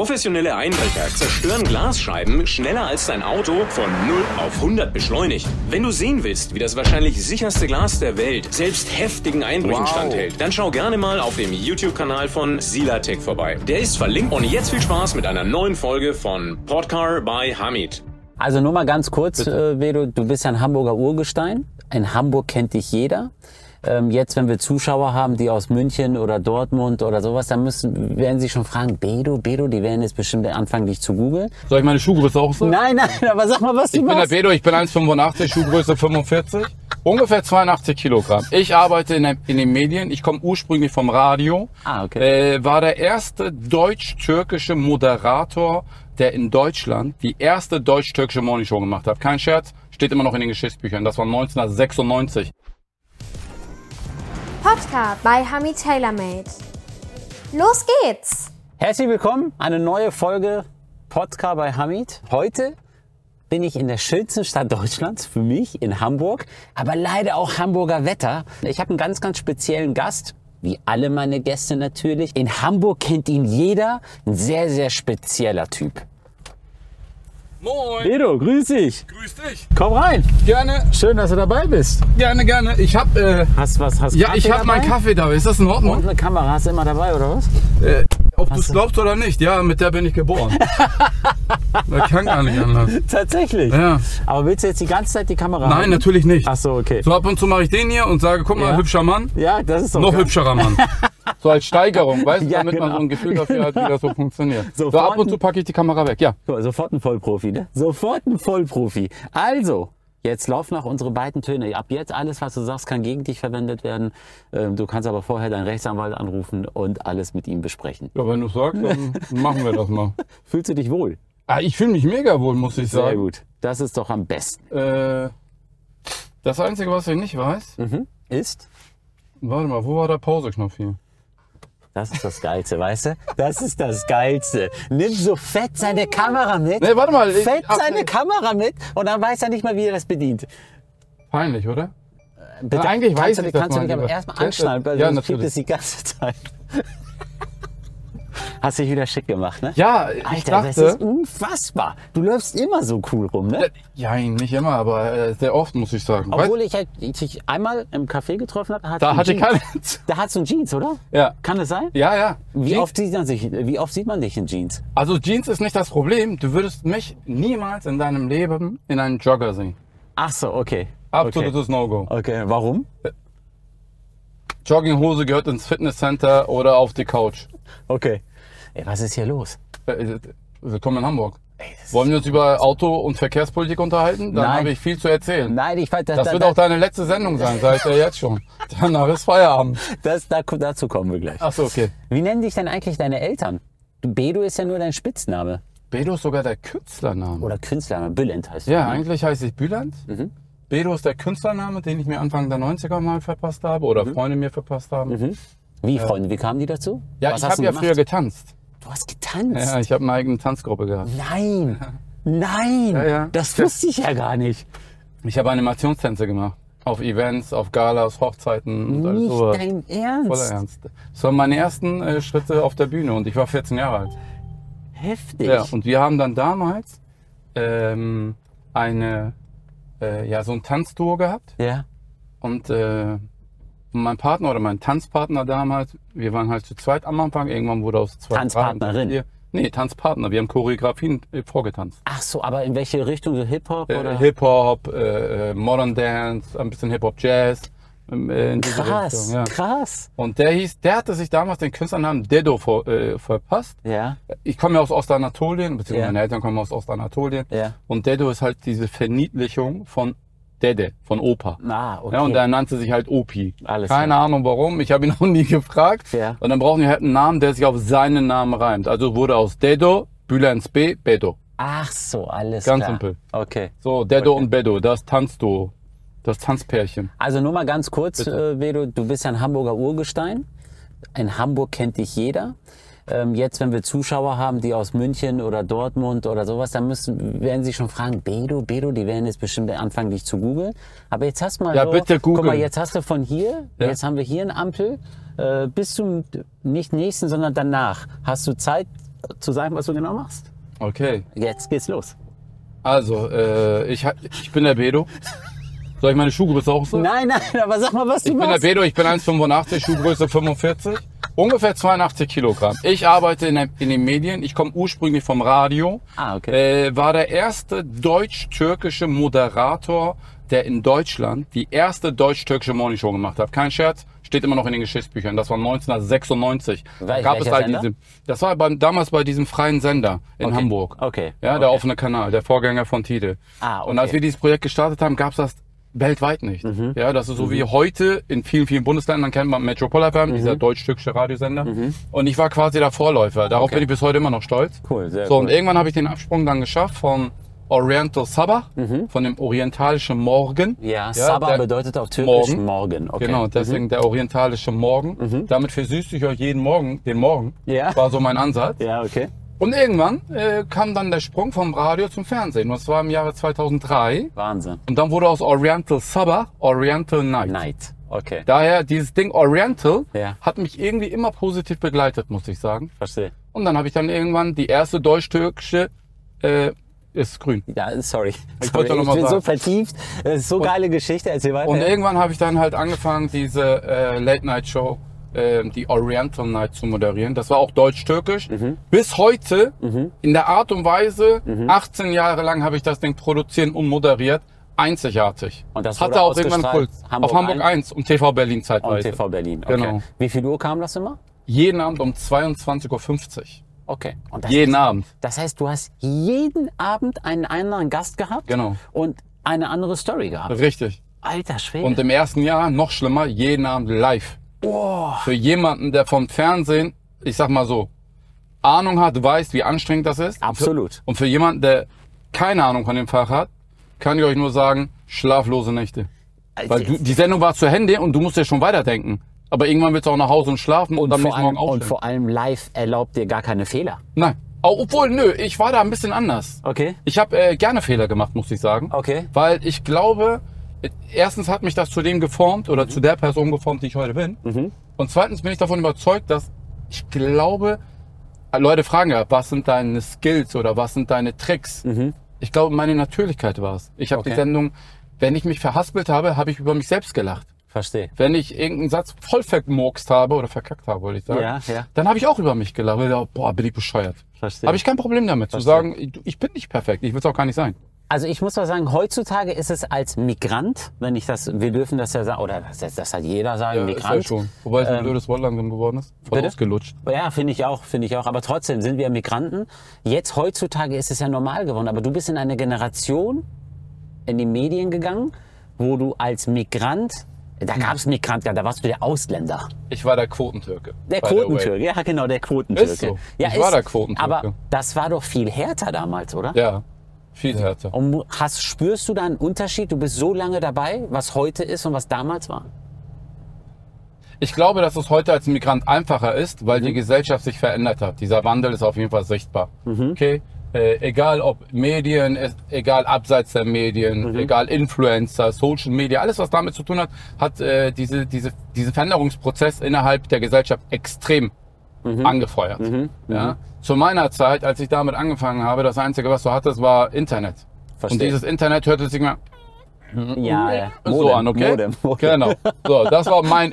Professionelle Einbrecher zerstören Glasscheiben schneller als dein Auto von 0 auf 100 beschleunigt. Wenn du sehen willst, wie das wahrscheinlich sicherste Glas der Welt selbst heftigen Einbrüchen Wow. standhält, dann schau gerne mal auf dem YouTube-Kanal von Silatech vorbei. Der ist verlinkt und jetzt viel Spaß mit einer neuen Folge von Podcar by Hamid. Also nur mal ganz kurz, äh, Vedo, du bist ja ein Hamburger Urgestein. In Hamburg kennt dich jeder. Ähm, jetzt, wenn wir Zuschauer haben, die aus München oder Dortmund oder sowas, dann müssen, werden sie schon fragen, Bedo, Bedo, die werden jetzt bestimmt anfangen, dich zu googeln. Soll ich meine Schuhgröße auch sagen? Nein, nein, aber sag mal, was du Ich bin der machst. Bedo, ich bin 1,85, Schuhgröße 45, ungefähr 82 Kilogramm. Ich arbeite in, der, in den Medien, ich komme ursprünglich vom Radio, Ah, okay. äh, war der erste deutsch-türkische Moderator, der in Deutschland die erste deutsch-türkische Morningshow gemacht hat. Kein Scherz, steht immer noch in den Geschichtsbüchern, das war 1996. Podcast bei Hami TaylorMade. Los geht's! Herzlich willkommen, eine neue Folge Podcast bei Hamid. Heute bin ich in der schönsten Stadt Deutschlands, für mich in Hamburg, aber leider auch Hamburger Wetter. Ich habe einen ganz, ganz speziellen Gast, wie alle meine Gäste natürlich. In Hamburg kennt ihn jeder, ein sehr, sehr spezieller Typ. Moin, Edo, grüß dich. grüß dich. Komm rein. Gerne, Schön, dass du dabei bist. gerne, gerne. Ich hab, äh, Hast was? Hast ja, ich hab meinen Kaffee da, ist das in Und Ordnung? eine Kamera hast du immer dabei oder was? Ob du es glaubst oder nicht, ja, mit der bin ich geboren. Das kann gar nicht anders. Tatsächlich. Ja. Aber willst du jetzt die ganze Zeit die Kamera? Nein, halten? natürlich nicht. Ach so, okay. So ab und zu mache ich den hier und sage, guck mal, Ja. hübscher Mann, Ja, das ist doch noch geil. hübscherer Mann. So als Steigerung, weißt du, Ja, damit man genau. so ein Gefühl dafür hat, wie das so funktioniert. So, So, ab vorne- und zu packe ich die Kamera weg, ja. Guck mal, Sofort ein Vollprofi, ne? Sofort ein Vollprofi. Also, jetzt lauf nach unsere beiden Töne. Ab jetzt alles, was du sagst, kann gegen dich verwendet werden. Ähm, Du kannst aber vorher deinen Rechtsanwalt anrufen und alles mit ihm besprechen. Ja, wenn du sagst, dann machen wir das mal. Fühlst du dich wohl? Ah, ich fühle mich mega wohl, muss ich Sehr sagen. gut. Das ist doch am besten. Äh, das Einzige, was ich nicht weiß, Ist? warte mal, wo war der Pauseknopf hier? Das ist das Geilste, weißt du? Das ist das Geilste. Nimm so fett seine Kamera mit. Nee, warte mal, ich- Fett ach, nee. seine Kamera mit und dann weiß er nicht mal, wie er das bedient. Peinlich, oder? Bitte, Also eigentlich kannst weiß du, ich das, Kannst du mein mich aber Lieber. erstmal Ja, anschnallen, weil ja, sonst piept natürlich. es die ganze Zeit. Hast dich wieder schick gemacht, ne? Ja, ich Alter, das dachte... ist unfassbar. Du läufst immer so cool rum, ne? ja, nicht immer, aber äh, sehr oft, muss ich sagen. Weißt- Obwohl ich, halt- ich dich einmal im Café getroffen habe, da hatte ich keine... Da hattest du ein Jeans, oder? Ja. Kann das sein? Ja, ja. Wie Jeans- oft, sieht man sich, wie oft sieht man dich in Jeans? Also Jeans ist nicht das Problem. Du würdest mich niemals in deinem Leben in einem Jogger sehen. Ach so, okay. Absolutes No-Go. Okay, warum? Jogginghose gehört ins Fitnesscenter oder auf die Couch. Okay. Ey, was ist hier los? Äh, Willkommen in Hamburg. Wollen wir uns über Auto- und Verkehrspolitik unterhalten? Dann Nein. habe ich viel zu erzählen. Nein, ich weiß, Das wird auch deine letzte Sendung sein, seit ja jetzt schon. Danach ist Feierabend. das, da, dazu kommen wir gleich. Achso, okay. Wie nennen dich denn eigentlich deine Eltern? Du- Bedo ist ja nur dein Spitzname. Bedo ist sogar der Künstlername. Oder Künstlername. Bülent heißt du. Ja, eigentlich heiße ich Bülent. Mhm. Bedo ist der Künstlername, den ich mir Anfang der 90er mal verpasst habe oder Mhm. Freunde mir verpasst haben. Wie, Freunde, wie kamen die dazu? Ja, Mhm. Was ich hast habe du ja gemacht? früher getanzt. Du hast getanzt? Ja, ich habe eine eigene Tanzgruppe gehabt. Nein! Nein! Ja, ja. Das wusste ich ja gar nicht. Mhm. Ich habe Animationstänze gemacht. Auf Events, auf Galas, Hochzeiten und alles Nicht sowas. dein Voller Ernst. Ernst. Das waren meine ersten äh, Schritte auf der Bühne und ich war 14 Jahre alt. Heftig. Ja, und wir haben dann damals ähm, eine, äh, ja, so ein Tanzduo gehabt. ja. Und äh, mein Partner oder mein Tanzpartner damals, wir waren halt zu zweit am Anfang, irgendwann wurde aus zwei drei und Tanzpartnerin? vier- Nee, Tanzpartner. Wir haben Choreografien äh, vorgetanzt. Ach so, aber in welche Richtung? So Hip-Hop Äh, oder? Hip-Hop, äh, äh, Modern Dance, ein bisschen Hip-Hop-Jazz. ähm, äh, in diese krass, Richtung, ja. krass. Und der hieß, der hatte sich damals den Künstlernamen Dedo ver, äh, verpasst. Ja. Ich komme ja aus Ostanatolien, beziehungsweise Ja. meine Eltern kommen aus Ostanatolien. Ja. Und Dedo ist halt diese Verniedlichung von Dede, von Opa. Ah, okay. Ja, und er nannte sich halt Opi. Alles Keine Ahnung warum, ich habe ihn noch nie gefragt. Ja. Und dann brauchen wir halt einen Namen, der sich auf seinen Namen reimt. Also wurde aus Dedo, Bülent B, Bedo. Ach so, alles Ganz klar. simpel. Okay. So, Dedo und Bedo, das Tanzduo, das Tanzpärchen. Also nur mal ganz kurz, äh, Vedo, du bist ja ein Hamburger Urgestein. In Hamburg kennt dich jeder. Ähm, jetzt, wenn wir Zuschauer haben, die aus München oder Dortmund oder sowas, dann müssen, werden sie schon fragen, Bedo, Bedo, die werden jetzt bestimmt anfangen, dich zu googeln. Aber jetzt hast du mal Ja, so, bitte googeln. guck mal, jetzt hast du von hier, Ja. jetzt haben wir hier eine Ampel, äh, bis zum, nicht nächsten, sondern danach, hast du Zeit, zu sagen, was du genau machst? Okay. Jetzt geht's los. Also, äh, ich, ha- ich bin der Bedo. Soll ich meine Schuhgröße auch sagen? Nein, nein, aber sag mal, was du Ich bin der machst. Bedo, ich bin 1,85, Schuhgröße 45, ungefähr 82 Kilogramm. Ich arbeite in, der, in den Medien, ich komme ursprünglich vom Radio, Ah, okay. äh, war der erste deutsch-türkische Moderator, der in Deutschland die erste deutsch-türkische Morningshow gemacht hat. Kein Scherz, steht immer noch in den Geschichtsbüchern, das war 1996. Wel- Gab es welcher halt Sender? diese, das war beim, damals bei diesem freien Sender in Okay. Hamburg. Okay. Ja, der Okay. offene Kanal, der Vorgänger von Tide. Ah, Und okay. als Mhm. wir dieses Projekt gestartet haben, gab es das weltweit nicht. Ja, das ist so wie heute in vielen, vielen Bundesländern kennt man Metropol FM, Mhm. dieser deutsch-türkische Radiosender. Und ich war quasi der Vorläufer. Darauf bin ich bis heute immer noch stolz. Cool, sehr So, und cool. irgendwann habe ich den Absprung dann geschafft von Oriental Sabah, von dem orientalischen Morgen. Mhm. Ja, Sabah der- bedeutet auf Türkisch Morgen. morgen. Okay. Mhm. Genau, deswegen der orientalische Morgen. Damit versüße ich euch jeden Morgen, den Morgen. Ja. War so mein Ansatz. Ja, okay. Und irgendwann äh, kam dann der Sprung vom Radio zum Fernsehen. Und das war im Jahre 2003. Wahnsinn. Und dann wurde aus Oriental Sabah Oriental Night. Night. Okay. Daher dieses Ding Oriental Ja. hat mich irgendwie immer positiv begleitet, muss ich sagen. Verstehe. Und dann habe ich dann irgendwann die erste deutsch-türkische äh, ist grün. Ja, sorry. Ich sorry. wollte noch ich mal bin so sagen. vertieft. Es ist so geile Geschichte. Erzähl weiter. Und irgendwann habe ich dann halt angefangen, diese äh, Late-Night-Show, äh, die Oriental Night zu moderieren. Das war auch deutsch-türkisch. Mhm. Bis heute, in der Art und Weise, 18 Jahre lang habe ich das Ding produziert und moderiert. Einzigartig. Und das Hatte wurde auch irgendwann einen ausgestrahlt Puls. Hamburg Auf Hamburg 1 und TV Berlin Und zeitweise. TV Berlin. Okay. Genau. Wie viel Uhr kam das immer? Jeden Abend um 22.50 Uhr. Okay. Und das Jeden heißt, Abend. Das heißt, du hast jeden Abend einen anderen Gast gehabt Genau. und eine andere Story gehabt. Richtig. Alter Schwede. Und im ersten Jahr noch schlimmer, jeden Abend live. Für jemanden, der vom Fernsehen, ich sag mal so, Ahnung hat, weiß, wie anstrengend das ist. Absolut. Und für jemanden, der keine Ahnung von dem Fach hat, kann ich euch nur sagen, schlaflose Nächte. Weil du, die Sendung war zu Ende und du musst ja schon weiterdenken. Aber irgendwann willst du auch nach Hause und schlafen und, am vor nächsten allem, Morgen und aufstehen. vor allem live erlaubt dir gar keine Fehler. Nein. Au- Obwohl, nö, ich war da ein bisschen anders. Okay. Ich habe äh, gerne Fehler gemacht, muss ich sagen. Okay. Weil ich glaube, äh, erstens hat mich das zu dem geformt oder zu der Person geformt, die ich heute bin. Mhm. Und zweitens bin ich davon überzeugt, dass ich glaube, äh, Leute fragen ja, was sind deine Skills oder was sind deine Tricks? Ich glaube, meine Natürlichkeit war es. Ich habe die Mhm. Okay. Sendung, wenn ich mich verhaspelt habe, habe ich über mich selbst gelacht. Verstehe. Wenn ich irgendeinen Satz voll vermurkst habe oder verkackt habe, wollte ich sagen, Ja, ja. dann habe ich auch über mich gelacht. Ich dachte, Boah, bin ich bescheuert. Verstehe. Habe ich kein Problem damit, zu sagen, ich- ich bin nicht perfekt, ich will es auch gar nicht sein. Also ich muss mal sagen, heutzutage ist es als Migrant, wenn ich das, wir dürfen das ja sagen, oder das, das hat jeder sagen, Ja, Äh, ist ja Migrant. schon. Wobei es ein blödes Wort langsam geworden ist. Voll Bitte? ausgelutscht. Ja, finde ich auch, finde ich auch. Aber trotzdem sind wir Migranten. Jetzt heutzutage ist es ja normal geworden. Aber du bist in eine Generation in die Medien gegangen, wo du als Migrant, da Hm. gab es Migrant, da warst du der Ausländer. Ich war der Quotentürke. Der by the way. Quotentürke, ja genau, der Quotentürke. Ist so. Ja, Ich war der Quotentürke. Aber das war doch viel härter damals, oder? Ja, viel härter. Und hast, spürst du da einen Unterschied? Du bist so lange dabei, was heute ist und was damals war? Ich glaube, dass es heute als Migrant einfacher ist, weil Mhm. die Gesellschaft sich verändert hat. Dieser Wandel ist auf jeden Fall sichtbar. Mhm. Okay? Äh, egal ob Medien, es- egal abseits der Mhm. Medien, egal Influencer, Social Media, alles was damit zu tun hat, hat äh, diese, diese, diesen Veränderungsprozess innerhalb der Gesellschaft extrem Mhm. angefeuert. Ja? Zu meiner Zeit, als ich damit angefangen habe, das Einzige, was du hattest, war Internet. Und Verstehe. dieses Internet hörte sich mal Ja, ja. Mhm. so an, okay? Modem, Modem. Genau. So, das war mein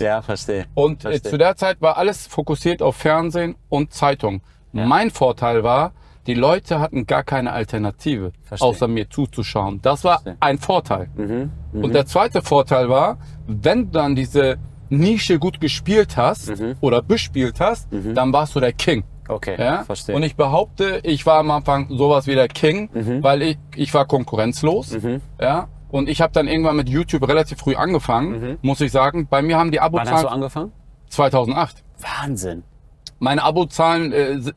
Ja, verstehe. Und äh, Verstehe. zu der Zeit war alles fokussiert auf Fernsehen und Zeitung. Mein Vorteil war, die Leute hatten gar keine Alternative, Verstehe. außer mir zuzuschauen. Das war Verstehe. Mhm, ein Vorteil. Und der zweite Vorteil war, wenn du dann diese Nische gut gespielt hast Mhm. oder bespielt hast, dann warst du der King. Okay, Ja? Mhm. verstehe. Und ich behaupte, ich war am Anfang sowas wie der King, Mhm. weil ich, ich war konkurrenzlos. Ja? Und ich habe dann irgendwann mit YouTube relativ früh angefangen, muss ich sagen. Bei mir haben die Mhm. Wann hast du Abozahlen angefangen? 2008. Wahnsinn. Meine Abozahlen äh, s-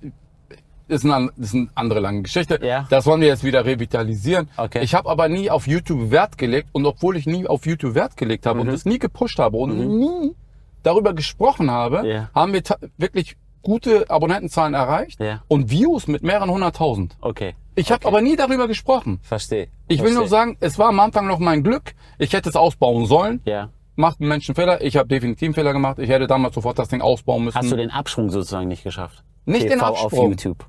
ist, eine, an- ist eine andere lange Geschichte. Ja. Das wollen wir jetzt wieder revitalisieren. Okay. Ich habe aber nie auf YouTube Wert gelegt und obwohl ich nie auf YouTube Wert gelegt habe und Mhm. es nie gepusht habe und nie darüber gesprochen habe, Ja. haben wir ta- wirklich gute Abonnentenzahlen erreicht Ja. und Views mit mehreren hunderttausend. Okay, Ich habe aber nie darüber gesprochen. verstehe. Ich will nur Verstehe. sagen, es war am Anfang noch mein Glück. Ich hätte es ausbauen sollen. Ja. Macht ein Menschenfehler. Ich habe definitiv einen Fehler gemacht. Ich hätte damals sofort das Ding ausbauen müssen. Hast du den Abschwung sozusagen nicht geschafft? Hm. Nicht den TV auf Absprung. YouTube.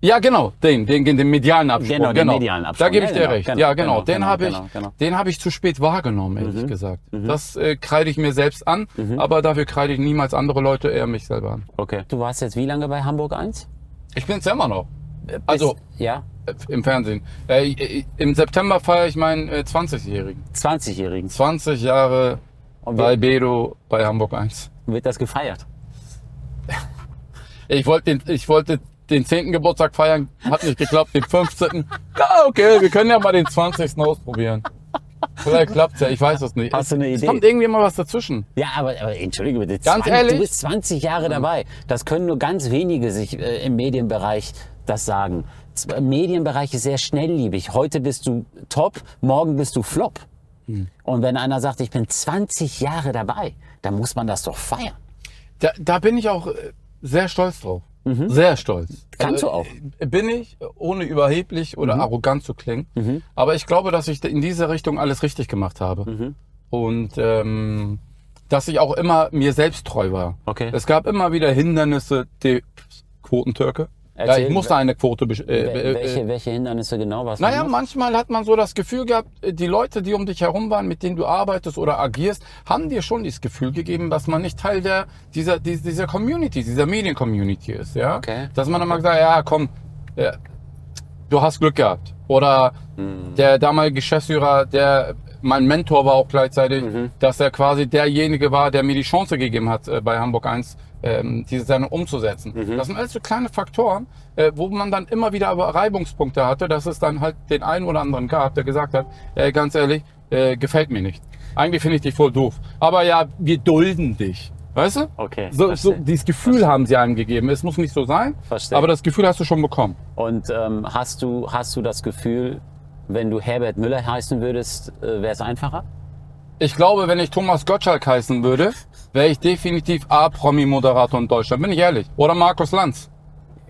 Ja, genau, den, den, den, den medialen Absprung. Genau, den medialen Absprung. Da gebe ich Ja, dir genau, recht. genau, ja, genau. genau, den genau, habe ich, genau, genau. Mhm, den habe ich zu spät wahrgenommen, ehrlich gesagt. Das äh, kreide ich mir selbst an, aber dafür kreide ich niemals andere Leute, eher mich selber an. Okay. Du warst jetzt wie lange bei Hamburg 1? Ich bin's ja immer noch. Also Ja, äh, im Fernsehen. Äh, ich- im September feiere ich meinen äh, 20-Jährigen. 20-Jährigen. 20 Jahre Und wird, bei Bedo bei Hamburg 1. wird das gefeiert? Ich wollte den, ich wollte den 10. Geburtstag feiern, hat nicht geklappt, den 15. Ja, okay, wir können ja mal den 20. ausprobieren. Vielleicht klappt's ja, ich weiß es nicht. Hast du eine Es Idee? kommt irgendwie mal was dazwischen. Ja, aber, aber entschuldige bitte. Ganz 20, ehrlich? Du bist 20 Jahre dabei. Das können nur ganz wenige sich äh, im Medienbereich das sagen. Z- äh, Medienbereich ist sehr schnelllebig. Heute bist du top, morgen bist du flop. Hm. Und wenn einer sagt, ich bin 20 Jahre dabei, dann muss man das doch feiern. Da, da bin ich auch äh, sehr stolz drauf. Sehr stolz. Mhm. Kannst du auch. Mhm. äh, Bin ich, ohne überheblich oder arrogant zu klingen. Aber ich glaube, dass ich in diese Richtung alles richtig gemacht habe. Mhm. Und ähm, dass ich auch immer mir selbst treu war. Okay. Es gab immer wieder Hindernisse, die Quotentürke. Erzähl, ja, ich musste wel- eine Quote. besch- Äh, Wel- äh, äh, welche, welche Hindernisse genau was? naja, man manchmal hat man so das Gefühl gehabt, äh, die Leute, die um dich herum waren, mit denen du arbeitest oder agierst, haben dir schon dieses Gefühl gegeben, dass man nicht Teil der, dieser, dies- dieser Community, dieser Medien-Community ist. Ja? Okay. Dass man dann mal sagt, ja komm, äh, du hast Glück gehabt. Oder Mhm. der damalige Geschäftsführer, der mein Mentor war auch gleichzeitig, Mhm. dass er quasi derjenige war, der mir die Chance gegeben hat, äh, bei Hamburg 1 ähm, diese Sendung umzusetzen. Mhm. Das sind alles so kleine Faktoren, äh, wo man dann immer wieder aber Reibungspunkte hatte, dass es dann halt den einen oder anderen gab, der gesagt hat, äh, ganz ehrlich, äh, gefällt mir nicht. Eigentlich finde ich dich voll doof. Aber ja, wir dulden dich. Weißt du? Okay, So, so, verstehe. dieses Gefühl haben sie einem gegeben. Es muss nicht so sein, Verstehe. aber das Gefühl hast du schon bekommen. Und ähm, hast du hast du das Gefühl, wenn du Herbert Müller heißen würdest, äh, wäre es einfacher? Ich glaube, wenn ich Thomas Gottschalk heißen würde, wäre ich definitiv A-Promi-Moderator in Deutschland, bin ich ehrlich. Oder Markus Lanz.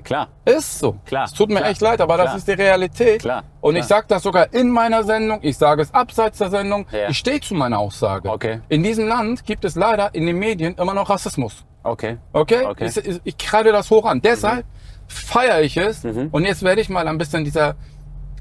Klar. Ist so. Klar. Es tut mir Klar. echt leid, aber das Klar. ist die Realität. Klar. Und Klar. ich sage das sogar in meiner Sendung, ich sage es abseits der Sendung, Ja. ich stehe zu meiner Aussage. Okay. In diesem Land gibt es leider in den Medien immer noch Rassismus. Okay. Okay? Okay. Mhm. Ich, ich, ich kreide das hoch an. Deshalb feiere ich es. Und jetzt werde ich mal ein bisschen dieser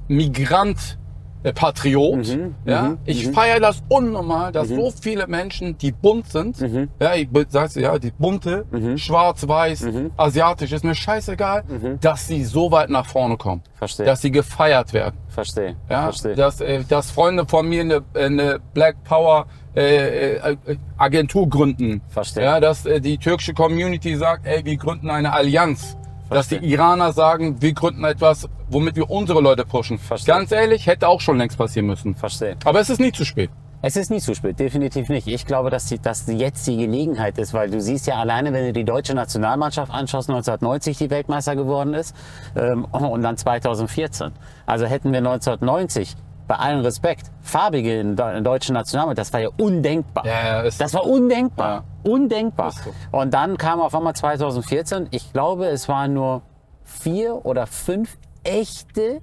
Migrant. äh, Patriot, Mhm. ja. Ich feiere das unnormal, dass so viele Menschen, die bunt sind, Mhm. ja, ich be- sag's dir, ja, die bunte, schwarz-weiß, Mhm. asiatisch, ist mir scheißegal, dass sie so weit nach vorne kommen, Verstehe. dass sie gefeiert werden. Verstehe. Ja, Verstehe. dass, äh, dass Freunde von mir eine, äh, eine Black Power äh, äh, Agentur gründen. Verstehe. Ja, dass äh, die türkische Community sagt, ey, wir gründen eine Allianz. Dass die Verstehe. Iraner sagen, wir gründen etwas, womit wir unsere Leute pushen. Verstehe. Ganz ehrlich, hätte auch schon längst passieren müssen. Verstehe. Aber es ist nie zu spät. Es ist nie zu spät, definitiv nicht. Ich glaube, dass, die, dass die jetzt die Gelegenheit ist, weil du siehst ja alleine, wenn du die deutsche Nationalmannschaft anschaust, 1990 die Weltmeister geworden ist ähm, und dann 2014. Also hätten wir 1990 bei allem Respekt farbige in der in der deutschen Nationalmannschaft, das war ja undenkbar. Ja, ja, ist- das war undenkbar, undenkbar. Ist so. Und dann kam auf einmal 2014. Ich glaube, es waren nur vier oder fünf echte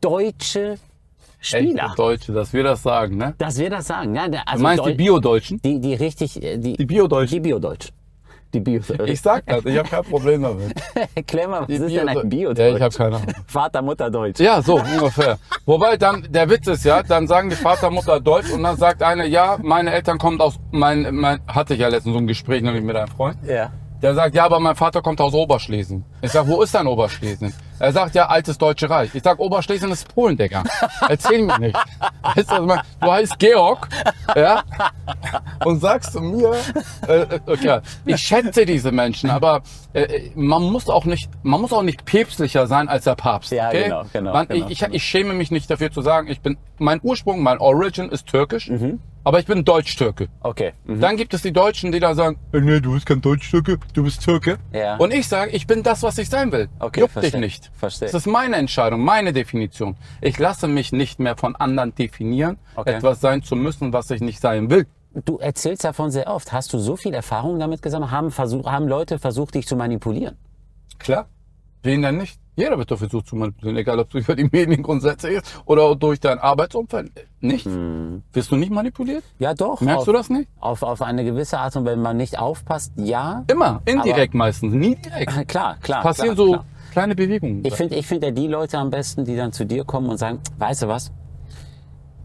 deutsche Spieler. Echte Deutsche, dass wir das sagen, ne? Dass wir das sagen. Ja, der- also Du meinst Deu- die Bio-Deutschen? Die, die richtig. äh, Die, Die Bio-Deutschen. Die Biodeutsch. Die Ich Biodeutsch. sag das, ich habe kein Problem damit. Erklär mal, was ist denn Biodeu- ein Biodeutsch? Ja, ich hab keine Ahnung. Vater, Mutter, Deutsch. Ja, so ungefähr. Wobei dann der Witz ist ja, dann sagen die Vater, Mutter Deutsch und dann sagt einer, ja, meine Eltern kommen aus, mein, mein hatte ich ja letztens so ein Gespräch nämlich mit einem Freund. Ja. Der sagt, ja, aber mein Vater kommt aus Oberschlesien. Ich sag, wo ist denn Oberschlesien? Er sagt, ja, altes Deutsche Reich. Ich sag, Oberschlesien ist Polen, Digga. Erzähl mir nicht. Weißt du, was ich meine? du heißt Georg, ja, und sagst zu mir, äh, äh, okay, ich schätze diese Menschen, aber äh, man muss auch nicht, man muss auch nicht päpstlicher sein als der Papst. Ja, okay? genau, genau, man, genau, ich, ich, genau. ich schäme mich nicht dafür zu sagen, ich bin, mein Ursprung, mein Origin ist türkisch, Mhm. aber ich bin Deutsch-Türke. Okay. Dann gibt es die Deutschen, die da sagen, äh, nee, du bist kein Deutsch-Türke, du bist Türke. Ja. Und ich sage, ich bin das, was ich sein will. Okay, Juckt verstehe. dich nicht. Verstehe. Das ist meine Entscheidung, meine Definition. Ich lasse mich nicht mehr von anderen definieren, Okay. etwas sein zu müssen, was ich nicht sein will. Du erzählst davon sehr oft. Hast du so viel Erfahrung damit gesammelt? Haben, versuch, haben Leute versucht, dich zu manipulieren? Klar. Wen denn nicht? Jeder wird doch versucht zu manipulieren, egal ob es über die Mediengrundsätze ist oder durch dein Arbeitsumfeld. Nicht? Mhm. Wirst du nicht manipuliert? Ja, doch. Merkst auf, du das nicht? Auf, auf eine gewisse Art und wenn man nicht aufpasst, ja. Immer, indirekt meistens, nie direkt. Klar, klar. Passieren klar, so Klar. kleine Bewegungen. Ich finde ich find ja die Leute am besten, die dann zu dir kommen und sagen, weißt du was?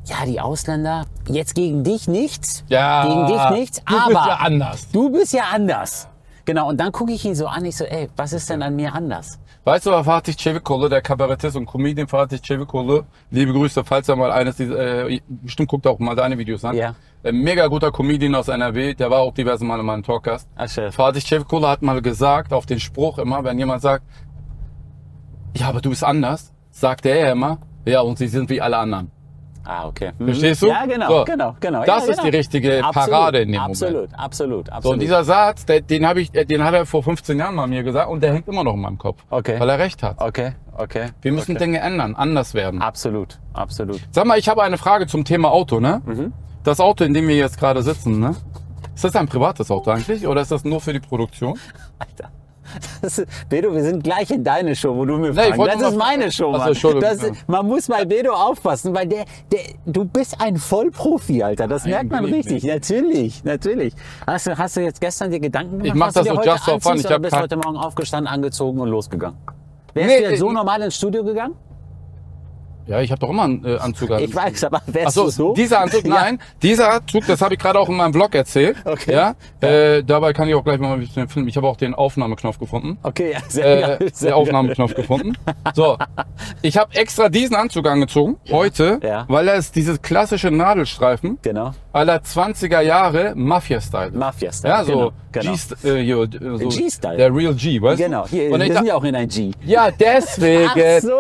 Ja, die Ausländer, jetzt gegen dich nichts, ja, gegen dich nichts, du aber bist ja anders. du bist ja anders. Genau, und dann gucke ich ihn so an, ich so, ey, was ist denn an mir anders? Weißt du, aber Fatih Cevikoğlu, der Kabarettist und Comedian Fatih Cevikoğlu, liebe Grüße, falls er mal eines dieser, äh, bestimmt guckt er auch mal deine Videos an. Ja. Ein mega guter Comedian aus NRW, der war auch diverse Male mal im Talkcast. Ach, schön. Fatih Cevikoğlu hat mal gesagt, auf den Spruch immer, wenn jemand sagt, ja, aber du bist anders, sagt er immer, ja, und sie sind wie alle anderen. Ah, okay. Mhm. Verstehst du? Ja, genau, So. genau, genau. Das ja, ist genau. die richtige Absolut, Parade in dem absolut, Moment. Absolut, absolut, So, und dieser Satz, der, den habe ich, äh, den hat er vor 15 Jahren mal mir gesagt und der hängt immer noch in meinem Kopf. Okay. Weil er recht hat. okay, okay. Wir müssen okay. Dinge ändern, anders werden. Absolut, absolut. Sag mal, ich habe eine Frage zum Thema Auto, ne? Mhm. Das Auto, in dem wir jetzt gerade sitzen, ne? Ist das ein privates Auto eigentlich oder ist das nur für die Produktion? Alter. Das ist, Bedo, wir sind gleich in deine Show, wo du mir Nee, ich fragst. wollte Das nur ist mal- meine Show, Ach so, Mann. Entschuldigung, das, ist- man muss bei Bedo aufpassen, weil der, der, du bist ein Vollprofi, Alter. Das merkt man Eigentlich richtig. Natürlich, natürlich. Hast du, hast du jetzt gestern dir Gedanken gemacht? Ich mach was du das dir so heute just for fun. anziehst, Ich oder hab bist kein- heute Morgen aufgestanden, angezogen und losgegangen. Wärst Nee, du jetzt so ich- normal ins Studio gegangen? Ja, ich habe doch immer einen äh, Anzug an. Ich weiß, aber wärst Ach so, du so? dieser Anzug, Ja. nein, dieser Anzug, das habe ich gerade auch in meinem Blog erzählt. Okay. Ja, äh, dabei kann ich auch gleich mal ein bisschen filmen. Ich habe auch den Aufnahmeknopf gefunden. Okay, ja, sehr Äh, geil. den Sehr Aufnahmeknopf gefunden. So, ich habe extra diesen Anzug angezogen heute, Ja. weil er ist dieses klassische Nadelstreifen geil. Genau. aller 20er Jahre Mafia-Style. Mafia-Style, Ja, so genau, G-St- äh, hier, äh, so G-Style. Der Real G, weißt du? Genau. Hier, Und wir ich sind da, ja auch in ein G. ja, deswegen. Ach so.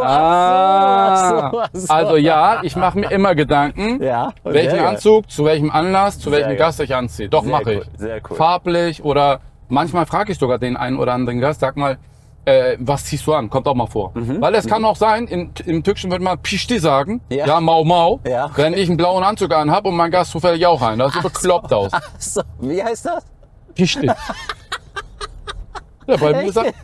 Ah, ach so, ach so. Also ja, ich mache mir immer Gedanken, Ja, und welchen sehr geil. Anzug, zu welchem Anlass, zu welchem geil. Gast ich anziehe. Doch, Sehr mache cool, ich. sehr cool. Farblich oder manchmal frage ich sogar den einen oder anderen Gast, sag mal, äh, was ziehst du an? Kommt auch mal vor. Mhm. Weil es kann auch sein, in, im Türkischen würde man Pişti sagen, ja, Ja. Mau Mau, Ja. wenn ich einen blauen Anzug anhabe und mein Gast zufällig auch einen. Das sieht bekloppt aus. Ach so, wie heißt das? Pişti. ja, bei mir sagt,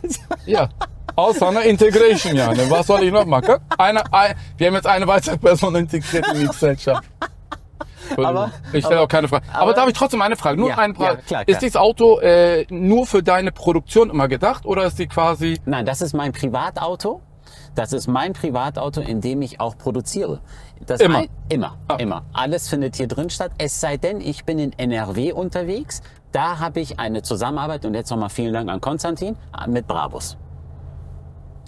ja. Außer eine Integration, ja. Ne? Was soll ich noch machen? Eine, ein, wir haben jetzt eine weitere Person integriert in die Gesellschaft. Aber- ich stelle auch keine Frage. Aber, aber- darf ich trotzdem eine Frage? Nur Ja, eine Frage. ja, klar, klar. Ist dieses Auto äh, nur für deine Produktion immer gedacht oder ist die quasi. Nein, das ist mein Privatauto. Das ist mein Privatauto, in dem ich auch produziere. Das Immer? immer, Ah. immer. Alles findet hier drin statt. Es sei denn, ich bin in NRW unterwegs. Da habe ich eine Zusammenarbeit und jetzt nochmal vielen Dank an Konstantin mit Brabus.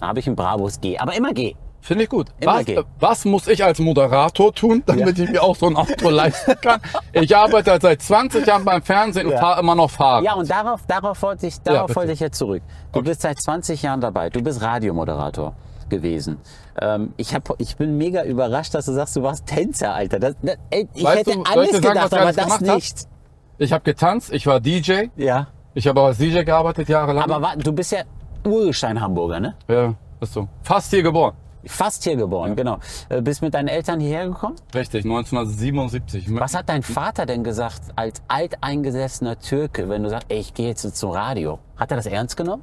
Da habe ich ein Brabus G, aber immer G. Finde ich gut. Immer Was, äh, geht. was muss ich als Moderator tun, damit ich mir auch so ein Auto leisten kann? Ich arbeite seit 20 Jahren beim Fernsehen und Ja. fahre immer noch Fahrrad. Ja, und darauf, darauf wollte ich, darauf bitte. wollte ich jetzt zurück. Du bist seit 20 Jahren dabei. Du bist Radiomoderator gewesen. Ähm, ich, hab, ich bin mega überrascht, dass du sagst, du warst Tänzer, Alter. Das, das, ey, ich Weißt hätte du, soll ich alles dir sagen, gedacht, was ich aber alles das gemacht hab? nicht. Ich habe getanzt, ich war DJ, Ja. Ich habe auch als DJ gearbeitet jahrelang. Aber wa- du bist ja Urgestein-Hamburger, ne? ja, ist so. Fast hier geboren. Fast hier geboren, genau. Äh, Bist mit deinen Eltern hierher gekommen? Richtig, 1977. Was hat dein Vater denn gesagt als alteingesessener Türke, wenn du sagst, ey, ich gehe jetzt zum Radio? Hat er das ernst genommen?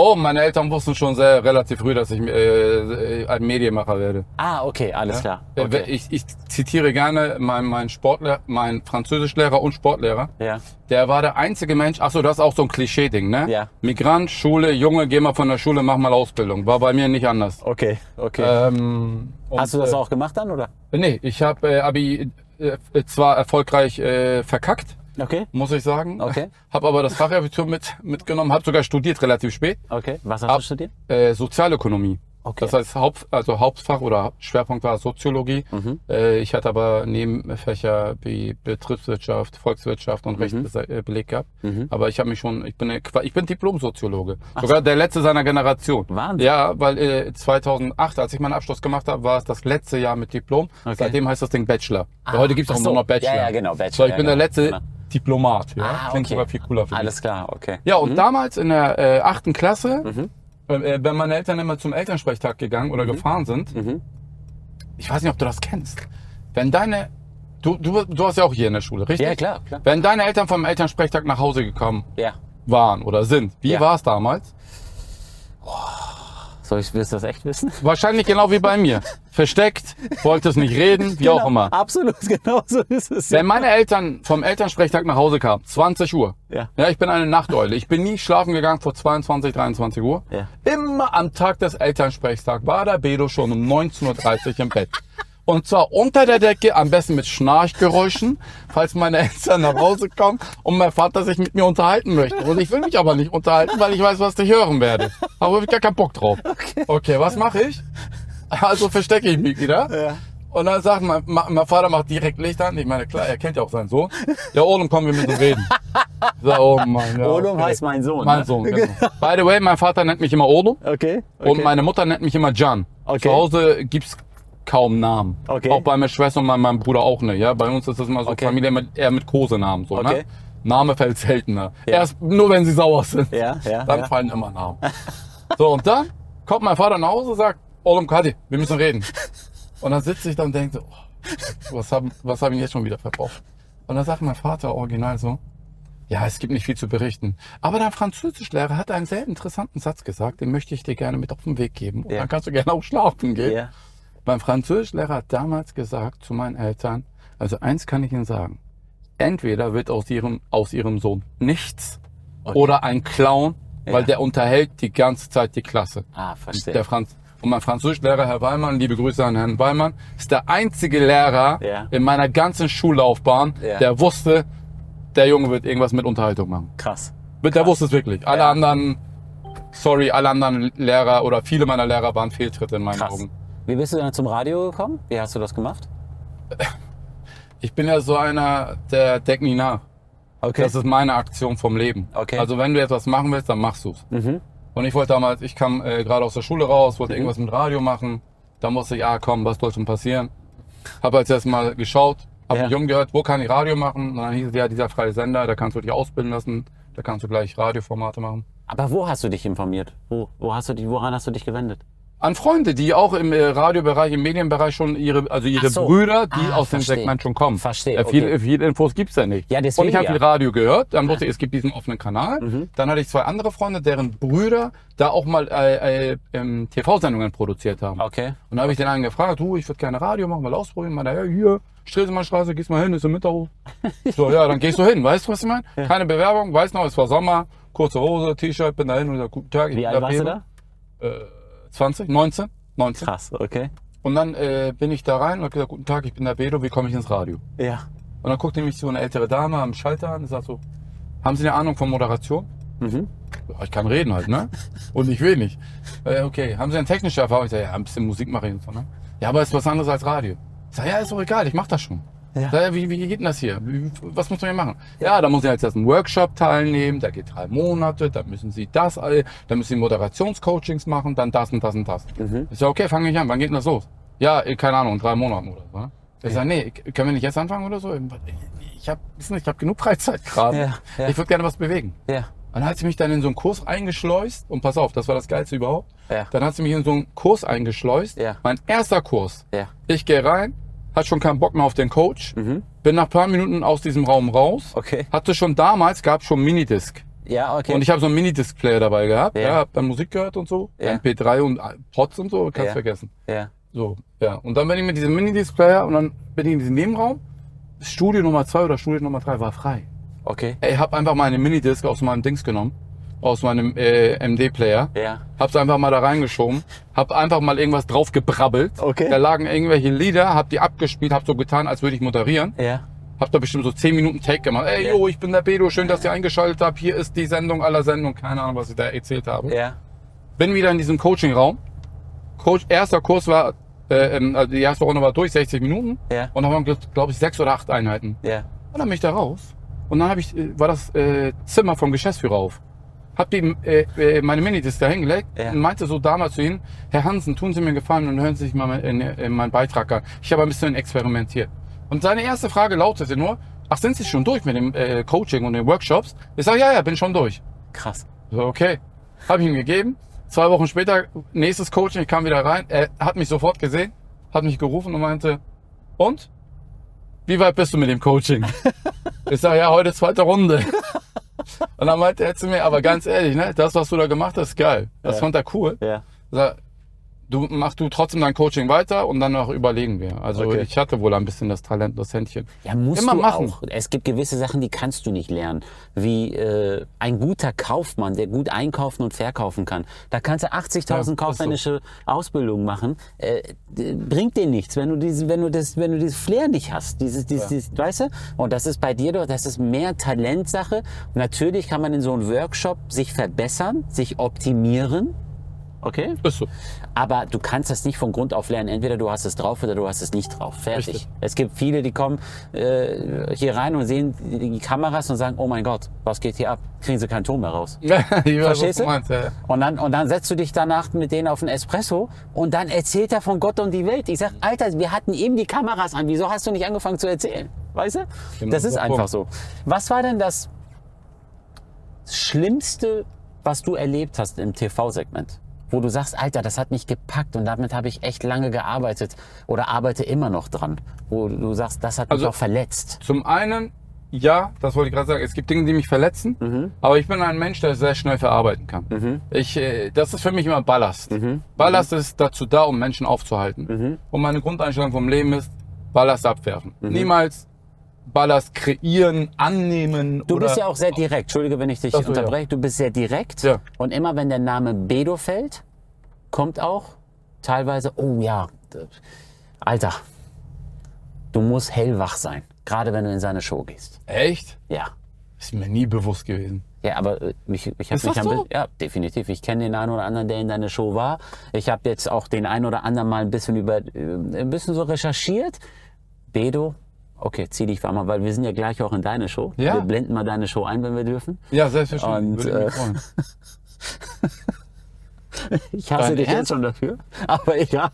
Oh, meine Eltern wussten schon sehr relativ früh, dass ich äh, ein Medienmacher werde. Ah, okay, alles klar. Äh, Okay. Ich, ich zitiere gerne meinen mein Sportler, meinen Französischlehrer und Sportlehrer. Ja. Der war der einzige Mensch. Ach so, das ist auch so ein Klischee-Ding, ne? Ja. Migrant, Schule, Junge, geh mal von der Schule, mach mal Ausbildung. War bei mir nicht anders. Okay, okay. Ähm, und, Hast du das äh, auch gemacht dann, oder? Nee, ich habe äh, Abi äh, äh, zwar erfolgreich äh, verkackt. Okay. muss ich sagen. Okay. Hab aber das Fachabitur mit, mitgenommen, hab sogar studiert relativ spät. Okay. Was hast Ab- du studiert? Äh, Sozialökonomie. Okay. Das heißt, Haupt, also Hauptfach oder Schwerpunkt war Soziologie. Mhm. Äh, ich hatte aber Nebenfächer wie Betriebswirtschaft, Volkswirtschaft Mhm. und Recht bese- äh, belegt gehabt. Aber ich habe mich schon, ich bin, eine Qua- ich bin Diplom-Soziologe. Sogar der letzte seiner Generation. Wahnsinn. Ja, weil äh, 2008, als ich meinen Abschluss gemacht habe, war es das letzte Jahr mit Diplom. Seitdem heißt das Ding Bachelor. Ah, Heute gibt es ach auch so. nur noch Bachelor. Ja, ja, genau, Bachelor, So, ich ja, bin genau, der letzte genau. Diplomat. Ja? Ah, Klingt okay. sogar viel cooler für mich. Alles klar, okay. Ja, und damals in der äh, achten Klasse, Mhm. äh, wenn meine Eltern immer zum Elternsprechtag gegangen oder gefahren sind, Mhm. ich weiß nicht, ob du das kennst. Wenn deine, du, du, du warst ja auch hier in der Schule, richtig? Ja, klar, klar. Wenn deine Eltern vom Elternsprechtag nach Hause gekommen Ja. waren oder sind, wie Ja. war es damals? Soll ich, willst du das echt wissen? Wahrscheinlich genau wie bei mir. Versteckt, wollte es nicht reden, wie auch immer. Absolut, genau so ist es. Wenn meine Eltern vom Elternsprechtag nach Hause kamen, 20 Uhr. Ja. ja, ich bin eine Nachteule. Ich bin nie schlafen gegangen vor 22, 23 Uhr. Ja. Immer am Tag des Elternsprechtags war der Bedo schon um 19.30 Uhr im Bett. Und zwar unter der Decke, am besten mit Schnarchgeräuschen, falls meine Eltern nach Hause kommen und mein Vater sich mit mir unterhalten möchte. Und ich will mich aber nicht unterhalten, weil ich weiß, was ich hören werde. Aber ich hab gar keinen Bock drauf. Okay, was mache ich? Also verstecke ich mich wieder. Und dann sagt mein, ma- mein Vater macht direkt Licht an. Ich meine, klar, er kennt ja auch seinen Sohn. Ja, Olum, komm, wir müssen reden. So, oh mein, ja, Olum heißt mein Sohn, Mein ne? Sohn, genau. By the way, mein Vater nennt mich immer Olum Okay. und meine Mutter nennt mich immer Jan. Okay. Zu Hause gibt's kaum Namen. Okay. Auch bei meiner Schwester und bei meinem Bruder auch nicht. Ja, bei uns ist das immer so Okay. Familie mit, eher mit Kosenamen. So, Okay. ne? Name fällt seltener. Erst nur, wenn sie sauer sind. Ja, ja, Dann ja. fallen immer Namen. so, und dann kommt mein Vater nach Hause und sagt, Olum Kadi, wir müssen reden. Und dann sitze ich da und denke so, oh, was haben, was haben ich jetzt schon wieder verbraucht? Und dann sagt mein Vater original so, ja, es gibt nicht viel zu berichten. Aber dein Französischlehrer hat einen sehr interessanten Satz gesagt, den möchte ich dir gerne mit auf den Weg geben. Und Ja. dann kannst du gerne auch schlafen gehen. Ja. Mein Französischlehrer hat damals gesagt zu meinen Eltern, also eins kann ich Ihnen sagen. Entweder wird aus ihrem, aus ihrem Sohn nichts oder ein Clown, weil der unterhält die ganze Zeit die Klasse. Ah, verstehe. Der Franz und mein Französischlehrer, Herr Weimann, liebe Grüße an Herrn Weimann, ist der einzige Lehrer Ja. in meiner ganzen Schullaufbahn, Ja. der wusste, der Junge wird irgendwas mit Unterhaltung machen. Krass. Mit der wusste es wirklich. Alle Ja. anderen, sorry, alle anderen Lehrer oder viele meiner Lehrer waren Fehltritte in meinen Krass. Augen. Wie bist du dann zum Radio gekommen? Wie hast du das gemacht? Ich bin ja so einer, der deckt nie nach. Okay. Das ist meine Aktion vom Leben. Okay. Mhm. Also wenn du etwas machen willst, dann machst du's. Und ich wollte damals, ich kam äh, gerade aus der Schule raus, wollte irgendwas mit Radio machen. Da musste ich, ah komm, was soll schon passieren? Habe als erstes mal geschaut, habe Ja. mich umgehört, wo kann ich Radio machen? Und dann hieß es ja, dieser freie Sender, da kannst du dich ausbilden lassen, da kannst du gleich Radioformate machen. Aber wo hast du dich informiert? Wo, wo hast du dich, woran hast du dich gewendet? An Freunde, die auch im äh, Radiobereich, im Medienbereich schon ihre, also ihre Ach so. Brüder, die Ah, aus dem verstehe. Segment schon kommen. Verstehe, Äh, Viel, okay. viel Infos gibt's ja nicht. Ja, deswegen Und ich habe ja. Mhm. viel Radio gehört, dann wusste ich, es gibt diesen offenen Kanal. Dann hatte ich zwei andere Freunde, deren Brüder da auch mal äh, äh, ähm, TV-Sendungen produziert haben. Okay. Und da habe ich den einen gefragt, du, ich würde gerne Radio machen, mal ausprobieren. Meinte, er, ja, hier, Stresemannstraße, gehst mal hin, ist im Mittag. So, ja, dann gehst du hin, weißt du, was ich meine? Keine Bewerbung, weiß noch, es war Sommer, kurze Hose, T-Shirt, bin da hin und sag, guten Tag. ich Wie bin alt der warst du Pedro. da? 20, 19, 19. Krass, okay. Und dann äh, bin ich da rein und hab gesagt, guten Tag, ich bin der Bedo, wie komme ich ins Radio? Ja. Und dann guckte mich so eine ältere Dame am Schalter an und sagt so, haben Sie eine Ahnung von Moderation? Ja, ich kann reden halt, ne? Und ich will nicht. Äh, okay, haben Sie eine technische Erfahrung? Ich sage, ja, ein bisschen Musik mache ich und so, ne? Ja, aber ist was anderes als Radio. Ich sage, ja, ist doch egal, ich mache das schon. Ja. Sag, ja, wie, wie geht denn das hier? Wie, was muss man hier machen? Ja, da muss ich halt erst einen Workshop teilnehmen, der geht drei Monate, dann müssen Sie das, all- dann müssen Sie Moderationscoachings machen, dann das und das und das. Ich sage, okay, fange ich an, wann geht denn das los? Ja, äh, keine Ahnung, in drei Monaten oder so. Ne? Ich sage, nee, können wir nicht jetzt anfangen oder so? Ich habe ich hab genug Freizeit gerade. Ja, ja. Ich würde gerne was bewegen. Ja. Und dann hat sie mich dann in so einen Kurs eingeschleust. Und pass auf, das war das Geilste überhaupt. Ja. Dann hat sie mich in so einen Kurs eingeschleust. Ja. Mein erster Kurs. Ja. Ich gehe rein, hat schon keinen Bock mehr auf den Coach. Bin nach ein paar Minuten aus diesem Raum raus. Mhm. Okay. Hatte schon damals, gab schon Minidisc. Ja, okay. Und ich habe so einen Minidisc-Player dabei gehabt. Ja. Ja. hab dann Musik gehört und so. Ja. MP3 und Pots und so, kannst Ja. vergessen. ja. So, ja. Und dann bin ich mit diesem Minidisc-Player und dann bin ich in diesem Nebenraum. Studio Nummer zwei oder Studio Nummer drei war frei. Okay. Ey, hab einfach meine Minidisc aus meinem Dings genommen, aus meinem äh, MD-Player. Ja. Hab's einfach mal da reingeschoben, hab einfach mal irgendwas drauf gebrabbelt. Okay. Da lagen irgendwelche Lieder, hab die abgespielt, hab so getan, als würde ich moderieren. Ja. Hab da bestimmt so 10 Minuten Take gemacht. Ey, yo, ich bin der Bedo, schön, dass ihr eingeschaltet habt. Hier ist die Sendung aller Sendungen. Keine Ahnung, was ich da erzählt habe. Ja. Bin wieder in diesem Coaching-Raum. Coach, erster Kurs war, äh, ähm, also die erste Runde war durch, 60 Minuten. Ja. Und da waren, glaube ich, sechs oder acht Einheiten. Ja. Und dann bin ich da raus. Und dann hab ich, äh, war das äh, Zimmer vom Geschäftsführer auf. Hab die, äh, äh, meine Minidisc da hingelegt Ja. und meinte so damals zu ihnen, Herr Hansen, tun Sie mir einen Gefallen und hören Sie sich mal mein- in, in meinen Beitrag an. Ich habe ein bisschen experimentiert. Und seine erste Frage lautete nur, ach, sind Sie schon durch mit dem äh, Coaching und den Workshops? Ich sage, ja, ja, bin schon durch. Krass. So, okay. Habe ich ihm gegeben. Zwei Wochen später, nächstes Coaching, ich kam wieder rein. Er hat mich sofort gesehen, hat mich gerufen und meinte, und? Wie weit bist du mit dem Coaching? Ich sage, ja, heute zweite Runde. Und dann meinte er zu mir, aber ganz ehrlich, ne, das, was du da gemacht hast, geil. Das fand er cool. Ja. Sag, du mach du trotzdem dein Coaching weiter und danach überlegen wir. Also Okay. ich hatte wohl ein bisschen das Talent, das Händchen. Ja, musst Immer du machen. auch. Es gibt gewisse Sachen, die kannst du nicht lernen. Wie äh, ein guter Kaufmann, der gut einkaufen und verkaufen kann. Da kannst du 80.000 Ja, ist so. kaufmännische Ausbildungen machen. Äh, d- bringt dir nichts, wenn du, diese, wenn du, das, wenn du dieses Flair nicht hast. Dieses, dieses, dieses, weißt du? Und das ist bei dir doch, das ist mehr Talentsache. Und natürlich kann man in so einem Workshop sich verbessern, sich optimieren. Okay? Ist so. Aber du kannst das nicht von Grund auf lernen. Entweder du hast es drauf oder du hast es nicht drauf. Fertig. Richtig. Es gibt viele, die kommen äh, hier rein und sehen die Kameras und sagen, oh mein Gott, was geht hier ab? Kriegen sie keinen Ton mehr raus. ich weiß, was Verstehst du du? meinst. Ja, ja. Und dann, und dann setzt du dich danach mit denen auf einen Espresso und dann erzählt er von Gott und die Welt. Ich sag, Alter, wir hatten eben die Kameras an. Wieso hast du nicht angefangen zu erzählen? Weißt du? Genau, das ist guter einfach Punkt. so. Was war denn das Schlimmste, was du erlebt hast im TV-Segment? Wo du sagst, Alter, das hat mich gepackt und damit habe ich echt lange gearbeitet oder arbeite immer noch dran. Wo du sagst, das hat Also- mich auch verletzt. Zum einen, ja, das wollte ich gerade sagen, es gibt Dinge, die mich verletzen, Mhm. aber ich bin ein Mensch, der sehr schnell verarbeiten kann. Ich, äh, das ist für mich immer Ballast. Mhm. Ballast ist dazu da, um Menschen aufzuhalten. Und meine Grundeinstellung vom Leben ist, Ballast abwerfen. Mhm. Niemals Ballast kreieren, annehmen Du oder bist ja auch sehr direkt. Entschuldige, wenn ich dich Ach so, unterbreche. Du bist sehr direkt. Ja. Und immer wenn der Name Bedo fällt, kommt auch teilweise, oh ja, d- Alter, du musst hellwach sein. Gerade wenn du in seine Show gehst. echt? Ja. Ist mir nie bewusst gewesen. Ja, aber äh, mich, ich habe Ist mich ein das so? bisschen, ja, definitiv. Ich kenne den einen oder anderen, der in deiner Show war. Ich habe jetzt auch den einen oder anderen mal ein bisschen über, äh, ein bisschen so recherchiert. Bedo, okay, zieh dich warm, an, weil wir sind ja gleich auch in deine Show. Ja. Wir blenden mal deine Show ein, wenn wir dürfen. Ja, selbstverständlich. Und, Würde mich äh, freuen. Ich hasse Dein dich Ernst? jetzt schon dafür. Aber egal.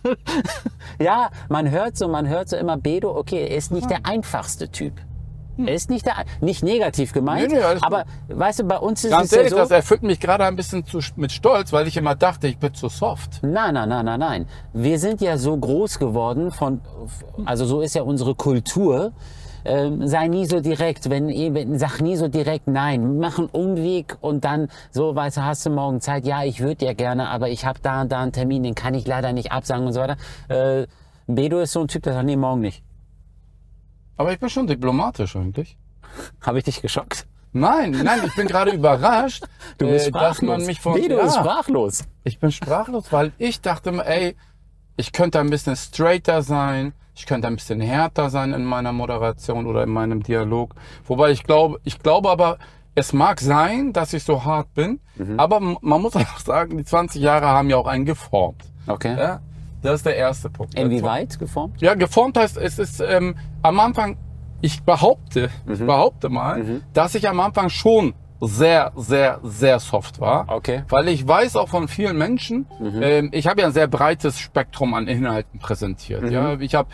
ja, man hört so, man hört so immer Bedo, okay, er ist nicht der einfachste Typ. Er ist nicht der, nicht negativ gemeint, Nee, nee, alles aber weißt du, bei uns ist Ganz es ehrlich, ja so, das erfüllt mich gerade ein bisschen zu, mit Stolz, weil ich immer dachte, ich bin zu soft. Nein, nein, nein, nein, nein. Wir sind ja so groß geworden von, also so ist ja unsere Kultur. Ähm, sei nie so direkt, wenn eben, sag nie so direkt nein, mach einen Umweg und dann so, weißt du, hast du morgen Zeit, ja, ich würde ja gerne, aber ich habe da und da einen Termin, den kann ich leider nicht absagen und so weiter. Äh, Bedo ist so ein Typ, der sagt, nee, morgen nicht. Aber ich bin schon diplomatisch eigentlich. Habe ich dich geschockt? Nein, nein, ich bin gerade überrascht, Du bist äh, sprachlos. dass man mich von. Bedo ist Ja, sprachlos. ich bin sprachlos, weil ich dachte, mir, ey, ich könnte ein bisschen straighter sein, ich könnte ein bisschen härter sein in meiner Moderation oder in meinem Dialog. Wobei ich glaube, ich glaube aber, es mag sein, dass ich so hart bin, Mhm. aber m- man muss auch sagen, die 20 Jahre haben ja auch einen geformt. Okay. Ja? Das ist der erste Punkt. Inwieweit geformt? Ja, geformt heißt, es ist ähm, am Anfang, ich behaupte, ich Mhm. behaupte mal, dass ich am Anfang schon sehr, sehr, sehr soft war. Okay. Mhm. Weil ich weiß auch von vielen Menschen, ähm, ich habe ja ein sehr breites Spektrum an Inhalten präsentiert. Mhm. Ja, ich habe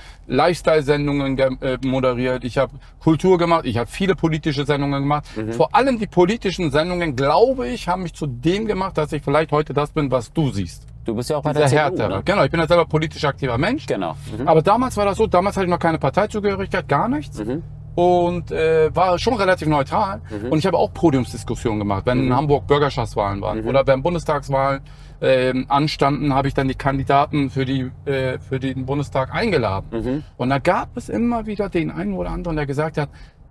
Lifestyle-Sendungen ge- äh, moderiert, ich habe Kultur gemacht, ich habe viele politische Sendungen gemacht. Mhm. Vor allem die politischen Sendungen, glaube ich, haben mich zu dem gemacht, dass ich vielleicht heute das bin, was du siehst. Du bist ja auch bei der Dieser CDU, härtere. ne? Genau, ich bin ja selber politisch aktiver Mensch. Genau. Aber damals war das so, damals hatte ich noch keine Parteizugehörigkeit, gar nichts. Und äh, war schon relativ neutral. Und ich habe auch Podiumsdiskussionen gemacht, wenn in Hamburg Bürgerschaftswahlen waren oder wenn Bundestagswahlen ähm, anstanden, habe ich dann die Kandidaten für, die, äh, für den Bundestag eingeladen. Und da gab es immer wieder den einen oder anderen, der gesagt hat,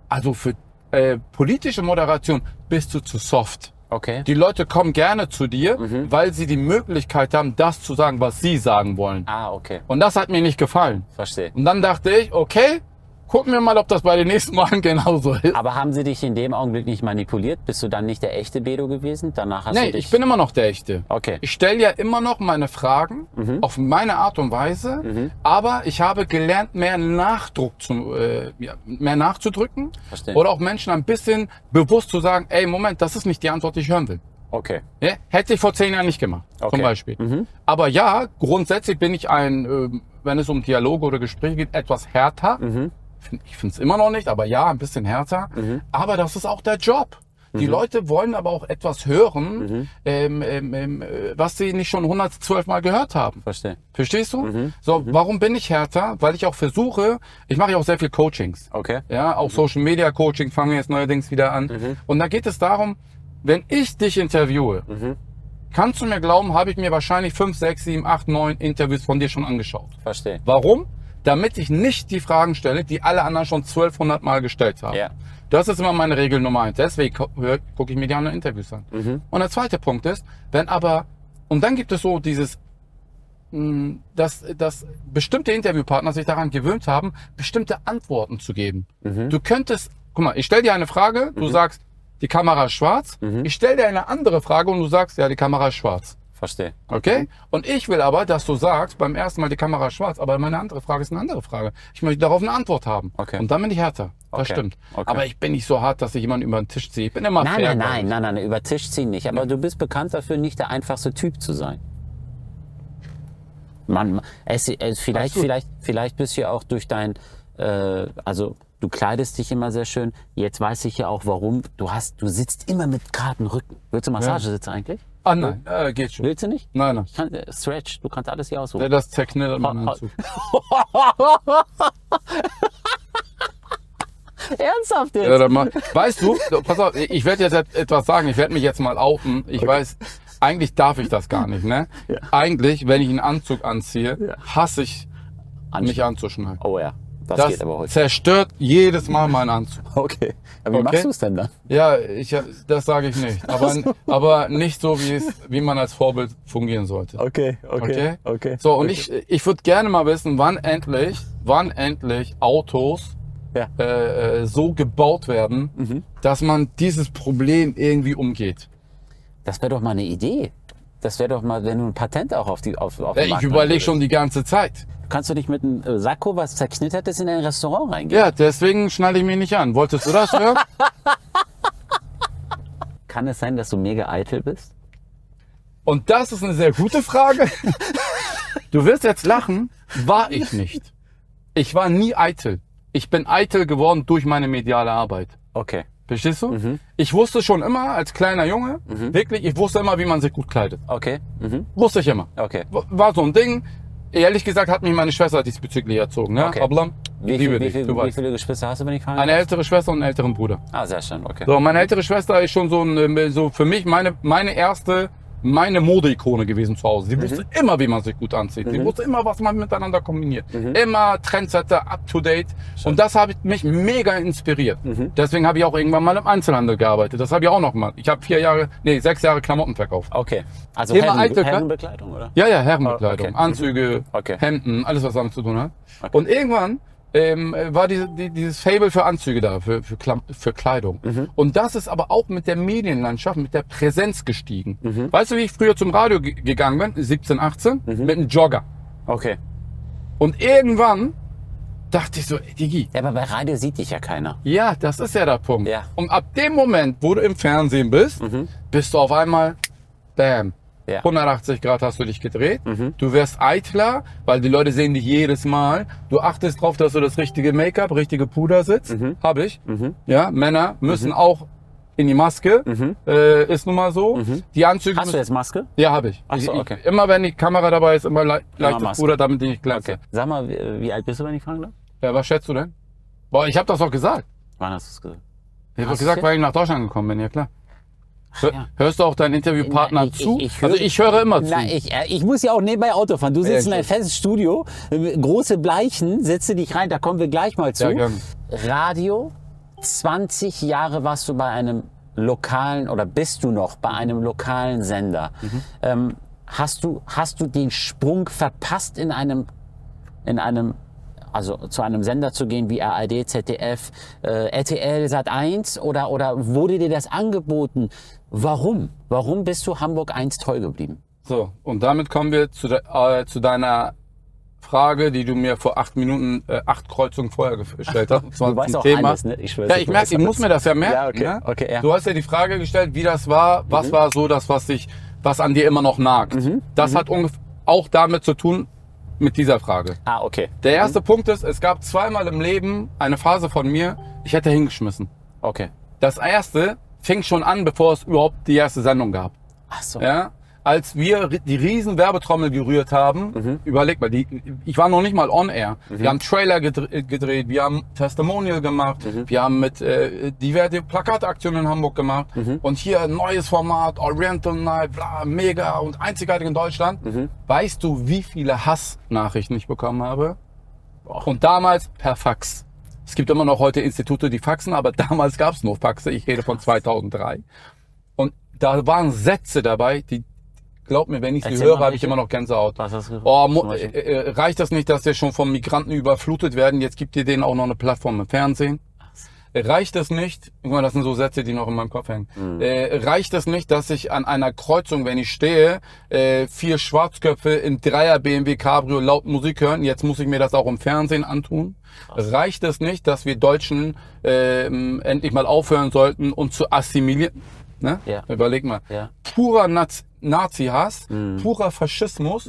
also für äh, politische Moderation bist du zu soft. Okay. Die Leute kommen gerne zu dir, weil sie die Möglichkeit haben, das zu sagen, was sie sagen wollen. Ah, okay. Und das hat mir nicht gefallen. Verstehe. Und dann dachte ich, okay, gucken wir mal, ob das bei den nächsten Malen genauso ist. Aber haben sie dich in dem Augenblick nicht manipuliert? Bist du dann nicht der echte Bedo gewesen? Danach hast nee, du dich... ich bin immer noch der Echte. Okay. Mhm. Ich stelle ja immer noch meine Fragen auf meine Art und Weise, aber ich habe gelernt, mehr Nachdruck zu, äh, ja, mehr nachzudrücken Verstehe. oder auch Menschen ein bisschen bewusst zu sagen, ey, Moment, das ist nicht die Antwort, die ich hören will. Okay. Ja, Ne? hätte ich vor zehn Jahren nicht gemacht, Okay. zum Beispiel. Aber ja, grundsätzlich bin ich ein, ähm, wenn es um Dialoge oder Gespräche geht, etwas härter. Find- Ich finde es immer noch nicht, aber ja, ein bisschen härter. Aber das ist auch der Job. Die Leute wollen aber auch etwas hören, ähm, ähm, ähm, äh, was sie nicht schon 112 Mal gehört haben. Verstehe. Verstehst du? So, warum bin ich härter? Weil ich auch versuche, ich mache ja auch sehr viel Coachings. Okay. Ja, auch Social Media Coaching fangen wir jetzt neuerdings wieder an. Und da geht es darum, wenn ich dich interviewe, kannst du mir glauben, habe ich mir wahrscheinlich 5, 6, 7, 8, 9 Interviews von dir schon angeschaut. Verstehe. Warum? Damit ich nicht die Fragen stelle, die alle anderen schon 1200 Mal gestellt haben. Ja. Das ist immer meine Regel Nummer eins. Deswegen gu- hör- gucke ich mir die anderen Interviews an. Und der zweite Punkt ist, wenn aber, und dann gibt es so dieses, mh, dass, dass bestimmte Interviewpartner sich daran gewöhnt haben, bestimmte Antworten zu geben. Du könntest, guck mal, ich stell dir eine Frage, du sagst, die Kamera ist schwarz. Ich stell dir eine andere Frage und du sagst, ja, die Kamera ist schwarz. Verstehe. Okay? Und ich will aber, dass du sagst, beim ersten Mal die Kamera ist schwarz, aber meine andere Frage ist eine andere Frage. Ich möchte darauf eine Antwort haben. Okay. Und dann bin ich härter. Das Okay. stimmt. Okay. Aber ich bin nicht so hart, dass ich jemanden über den Tisch ziehe. Ich bin immer Nein, fair. nein, glaub nein, ich. nein, nein, über Tisch ziehen nicht. Aber du bist bekannt dafür, nicht der einfachste Typ zu sein. Man, es, es, vielleicht, Absolut. vielleicht, vielleicht bist du ja auch durch dein, äh, also du kleidest dich immer sehr schön. Jetzt weiß ich ja auch, warum. Du hast, du sitzt immer mit geradem Rücken. Willst du Massagesitze eigentlich? Ah, nein, äh, geht schon. Willst du nicht? Nein, nein. Ich kann, äh, Stretch, du kannst alles hier Ja, aussuchen. Das zerknittert meinen Ha- ha- Anzug. Ernsthaft jetzt? Ja, dann mach, weißt du, so, pass auf, ich werde jetzt et- etwas sagen, ich werde mich jetzt mal outen. Ich weiß, eigentlich darf ich das gar nicht, ne? Eigentlich, wenn ich einen Anzug anziehe, hasse ich, mich anzuschneiden. Oh ja, das, Das geht aber heute. zerstört jedes Mal meinen Anzug. Okay. Aber wie Okay. machst du es denn dann? Ja, ich, das sage ich nicht. Aber, aber nicht so, wie, es, wie man als Vorbild fungieren sollte. Okay, Okay? So, und ich, ich würde gerne mal wissen, wann endlich, wann endlich Autos Ja. äh, äh, so gebaut werden, dass man dieses Problem irgendwie umgeht. Das wäre doch mal eine Idee. Das wäre doch mal, wenn du ein Patent auch auf die auf, auf Ja, den Markt Äh, ich bringen überlege würdest. schon die ganze Zeit. Kannst du nicht mit einem äh, Sakko, was zerknittert ist, in ein Restaurant reingehen? Ja, deswegen schneide ich mich nicht an. Wolltest du das hören? Kann es sein, dass du mega eitel bist? Und das ist eine sehr gute Frage. Du wirst jetzt lachen. War ich nicht. Ich war nie eitel. Ich bin eitel geworden durch meine mediale Arbeit. Okay. Verstehst du? Ich wusste schon immer als kleiner Junge, wirklich, ich wusste immer, wie man sich gut kleidet. Okay. Mhm. Wusste ich immer. Okay. W- War so ein Ding. Ehrlich gesagt hat mich meine Schwester diesbezüglich erzogen. Ne? Okay. Ablam, Wie, liebe viel, wie, dich, viel, du wie weißt. viele Geschwister hast du, wenn ich fragen Eine darf? ältere Schwester und einen älteren Bruder. Ah, sehr schön. Okay. So, meine ältere Schwester ist schon so, ein, ähm, so für mich meine, meine erste, meine Modeikone gewesen zu Hause. Sie wusste immer, wie man sich gut anzieht. Sie wusste immer, was man miteinander kombiniert. Immer Trendsetter, up to date. Und das hat mich mega inspiriert. Deswegen habe ich auch irgendwann mal im Einzelhandel gearbeitet. Das habe ich auch noch mal. Ich habe vier Jahre, nee, sechs Jahre Klamotten verkauft. Okay. Also Thema Herren, Eitel, klar. Herrenbekleidung, oder? Ja, ja, Herrenbekleidung, Ah, okay. Anzüge, Okay. Hemden, alles was damit zu tun hat. Und irgendwann ähm, war diese, die, dieses Fable für Anzüge da, für, für, Klam für Kleidung. Mhm. Und das ist aber auch mit der Medienlandschaft, mit der Präsenz gestiegen. Mhm. Weißt du, wie ich früher zum Radio ge- gegangen bin, 17, 18, mit einem Jogger. Okay. Und irgendwann dachte ich so, ey, Digi, Ja, aber bei Radio sieht dich ja keiner. ja, das ist ja der Punkt. Ja. Mhm. Und ab dem Moment, wo du im Fernsehen bist, bist du auf einmal, bam, Ja. Mhm. 180 Grad hast du dich gedreht. Du wirst eitler, weil die Leute sehen dich jedes Mal. Du achtest drauf, dass du das richtige Make-up, richtige Puder sitzt. Mhm. Hab ich. Ja, Männer müssen auch in die Maske. Äh, ist nun mal so. Die Anzüge Mhm. Hast du müssen... jetzt Maske? Ja, habe ich. Ach so, Ich- ich- okay. Immer wenn die Kamera dabei ist, immer le leichtes Maske. Puder, damit ich nicht glänze. Okay. Sag mal, wie, wie alt bist du, wenn ich fragen darf? Ja, was schätzt du denn? Boah, ich habe das doch gesagt. Wann hast du es gesagt? Ich habe Hast gesagt, du? weil ich nach Deutschland gekommen bin, ja klar. Hör, ja. Hörst du auch deinen Interviewpartner Na, ich- zu? ich- ich höre- also ich höre immer zu. Na, ich, äh, ich muss ja auch nebenbei Auto fahren. Du sitzt in einem Ehrlich. festen Studio, äh, große Bleichen, setze dich rein, da kommen wir gleich mal zu. Ja, gerne. Radio, 20 Jahre warst du bei einem lokalen oder bist du noch bei einem lokalen Sender. Ähm, hast, du, hast du den Sprung verpasst in einem, in einem also zu einem Sender zu gehen wie ARD, ZDF, äh, RTL, Sat1 oder, oder wurde dir das angeboten? Warum? Warum bist du Hamburg 1 treu geblieben? So, und damit kommen wir zu, de äh, zu deiner Frage, die du mir vor acht Minuten, äh, acht Kreuzungen vorher gef- gestellt hast. Und zwar Du weißt zum auch alles, ne? Ich Ich schwör's, ja, du ich merke, weißt ich muss alles. mir das ja merken. Ja, okay, ne? okay, ja. Mhm. Du hast ja die Frage gestellt, wie das war, was war so das, was dich, was an dir immer noch nagt. mhm. Das hat ungef- auch damit zu tun, mit dieser Frage. Ah, okay. Der erste Punkt ist, es gab zweimal im Leben eine Phase von mir, ich hätte hingeschmissen. Okay. Das erste fing schon an, bevor es überhaupt die erste Sendung gab. Ach so. Ja? als wir ri- die riesen Werbetrommel gerührt haben, überleg mal, die, ich war noch nicht mal on air. Wir haben Trailer gedre- gedreht, wir haben Testimonial gemacht, wir haben mit äh, diverse Plakataktionen in Hamburg gemacht und hier ein neues Format, Oriental Night, bla, mega und einzigartig in Deutschland. Weißt du, wie viele Hassnachrichten ich bekommen habe? Und damals per Fax. Es gibt immer noch heute Institute, die faxen, aber damals gab es nur Faxe. Ich rede von 2003. Und da waren Sätze dabei, die, glaub mir, wenn ich sie Erzähl höre, mal habe ich welche. immer noch Gänsehaut. Was hast du- oh, zum mu- Beispiel? äh, äh, reicht das nicht, dass wir schon von Migranten überflutet werden? Jetzt gibt ihr denen auch noch eine Plattform im Fernsehen. Reicht es nicht, guck mal, das sind so Sätze, die noch in meinem Kopf hängen. Mhm. Äh, reicht es nicht, dass ich an einer Kreuzung, wenn ich stehe, äh, vier Schwarzköpfe im Dreier BMW Cabrio laut Musik hören? Jetzt muss ich mir das auch im Fernsehen antun. Reicht es nicht, dass wir Deutschen ähm, endlich mal aufhören sollten, uns zu assimilieren? Ne? Ja. Überleg mal. Ja. Mhm. Purer Naz Nazi-Hass, purer Faschismus.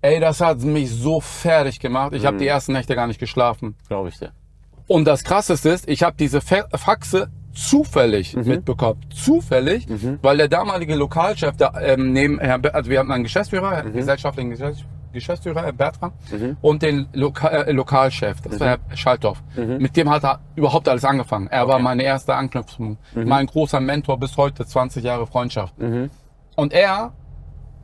Ey, das hat mich so fertig gemacht. Mhm. Ich hab habe die ersten Nächte gar nicht geschlafen. Glaube ich dir. Und das Krasseste ist, ich habe diese Fa Faxe zufällig mitbekommen. Zufällig, weil der damalige Lokalchef, da, ähm, neben Herrn, Be- also wir hatten einen Geschäftsführer, einen gesellschaftlichen Geschäfts Geschäftsführer, Herr Bertram, und den Loka äh, Lokalchef, das war Herr Schalthoff. Mit dem hat er überhaupt alles angefangen. Er war meine erste Anknüpfung. Mein großer Mentor bis heute, 20 Jahre Freundschaft. Und er